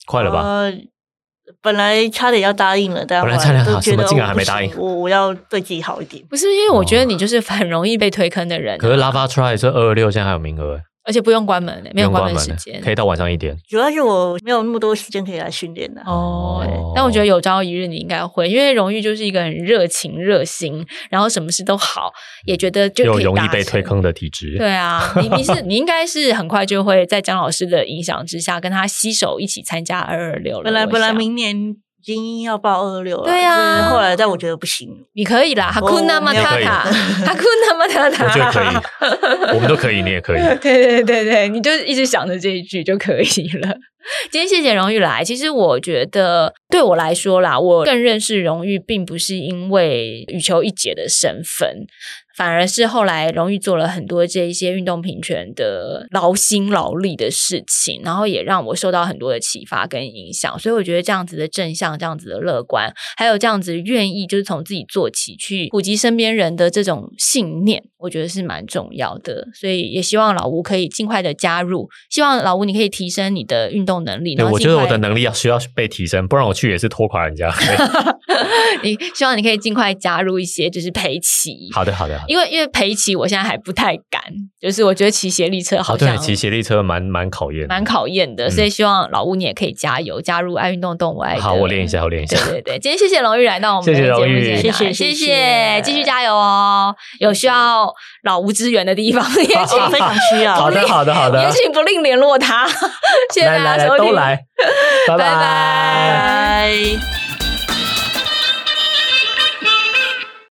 [SPEAKER 3] 快了
[SPEAKER 2] 哦
[SPEAKER 3] 吧？
[SPEAKER 1] 呃本来差点要答应了，但
[SPEAKER 3] 本来
[SPEAKER 1] 后
[SPEAKER 3] 差点
[SPEAKER 1] 都
[SPEAKER 3] 好
[SPEAKER 1] 觉
[SPEAKER 3] 什么
[SPEAKER 1] 得
[SPEAKER 3] 竟
[SPEAKER 1] 我
[SPEAKER 3] 然还
[SPEAKER 1] 不
[SPEAKER 3] 没答
[SPEAKER 1] 行
[SPEAKER 3] 应
[SPEAKER 1] 我我要对自己好一点。
[SPEAKER 2] 不是因为我觉得你就是很容易被推坑的人啊、
[SPEAKER 3] 哦可是拉巴 try 这二二六现在还有名额，
[SPEAKER 2] 而且不用关门、没有
[SPEAKER 3] 不用
[SPEAKER 2] 关门时
[SPEAKER 3] 欸
[SPEAKER 2] 间，
[SPEAKER 3] 可以到晚上一点。
[SPEAKER 1] 主要是我没有那么多时间可以来训练的、啊
[SPEAKER 2] 哦，但我觉得有朝一日你应该会，因为荣誉就是一个很热情、热心，然后什么事都好，也觉得就
[SPEAKER 3] 又
[SPEAKER 2] 可以
[SPEAKER 3] 容易
[SPEAKER 2] 达
[SPEAKER 3] 被
[SPEAKER 2] 成
[SPEAKER 3] 推坑的体质。
[SPEAKER 2] 对啊，你你是你应该是很快就会在张老师的影响之下，跟他携手一起参加二二六了。
[SPEAKER 1] 本来
[SPEAKER 2] 我
[SPEAKER 1] 本来
[SPEAKER 2] 想
[SPEAKER 1] 明年已经要报二六了，
[SPEAKER 2] 对啊
[SPEAKER 1] 就是后来但我觉得不
[SPEAKER 2] *laughs*
[SPEAKER 1] 行，
[SPEAKER 2] 你可以啦，哈库纳
[SPEAKER 1] 我
[SPEAKER 2] 马
[SPEAKER 1] 我没
[SPEAKER 3] 有
[SPEAKER 2] 塔
[SPEAKER 3] 可以
[SPEAKER 2] 塔，哈库纳马塔塔，
[SPEAKER 3] *laughs* 我觉得可以，我们都可以，你也可以。
[SPEAKER 2] 对对对对，你就一直想着这一句就可以了。 *laughs* 今天谢谢荣誉来，其实我觉得对我来说啦，我更认识荣誉，并不是因为羽球一姐的身份，反而是后来荣誉做了很多这一些运动平权的劳心劳力的事情，然后也让我受到很多的启发跟影响。所以我觉得这样子的正向，这样子的乐观，还有这样子愿意就是从自己做起，去顾及身边人的这种信念，我觉得是蛮重要的。所以也希望老吴可以尽快的加入，希望老吴你可以提 *laughs* 升你的运动能力。
[SPEAKER 3] 对，
[SPEAKER 2] 然后
[SPEAKER 3] 我
[SPEAKER 2] 尽
[SPEAKER 3] 觉
[SPEAKER 2] 快
[SPEAKER 3] 得我的能力要需要被提升，不然我去也是拖垮人家。
[SPEAKER 2] *laughs* 你希望你可以尽快加入一些就是陪骑，
[SPEAKER 3] 好的，好的，好的。
[SPEAKER 2] *laughs* 因为因为陪骑我现在还不太敢，就是我觉得骑协力车
[SPEAKER 3] 好，
[SPEAKER 2] 好
[SPEAKER 3] 哦对，啊
[SPEAKER 2] 像
[SPEAKER 3] 骑斜力车蛮蛮考验的，
[SPEAKER 2] 蛮考验的，
[SPEAKER 3] 嗯
[SPEAKER 2] 所以希望老吴你也可以加油，加入爱运动动我爱的。
[SPEAKER 3] 好，我练一下，我练一下
[SPEAKER 2] 对。对对，今天谢谢荣誉来到我们的
[SPEAKER 3] 谢
[SPEAKER 2] 节
[SPEAKER 3] 谢
[SPEAKER 2] 目
[SPEAKER 3] 荣
[SPEAKER 2] 现场，
[SPEAKER 3] 誉
[SPEAKER 1] 谢谢谢
[SPEAKER 2] 谢
[SPEAKER 1] 谢
[SPEAKER 2] 继续加油哦！有需要老吴支援的地方， *laughs* 也请
[SPEAKER 1] 非常需
[SPEAKER 3] 好
[SPEAKER 1] 要。
[SPEAKER 3] 的，好的，好
[SPEAKER 2] *laughs*
[SPEAKER 3] 的
[SPEAKER 2] 也。请不吝联络他。谢谢
[SPEAKER 3] 来
[SPEAKER 2] 大
[SPEAKER 3] 来
[SPEAKER 2] 家 *laughs*
[SPEAKER 3] 来，
[SPEAKER 2] 收
[SPEAKER 3] 都
[SPEAKER 2] 听，
[SPEAKER 3] 来，拜
[SPEAKER 2] 拜拜
[SPEAKER 1] 拜。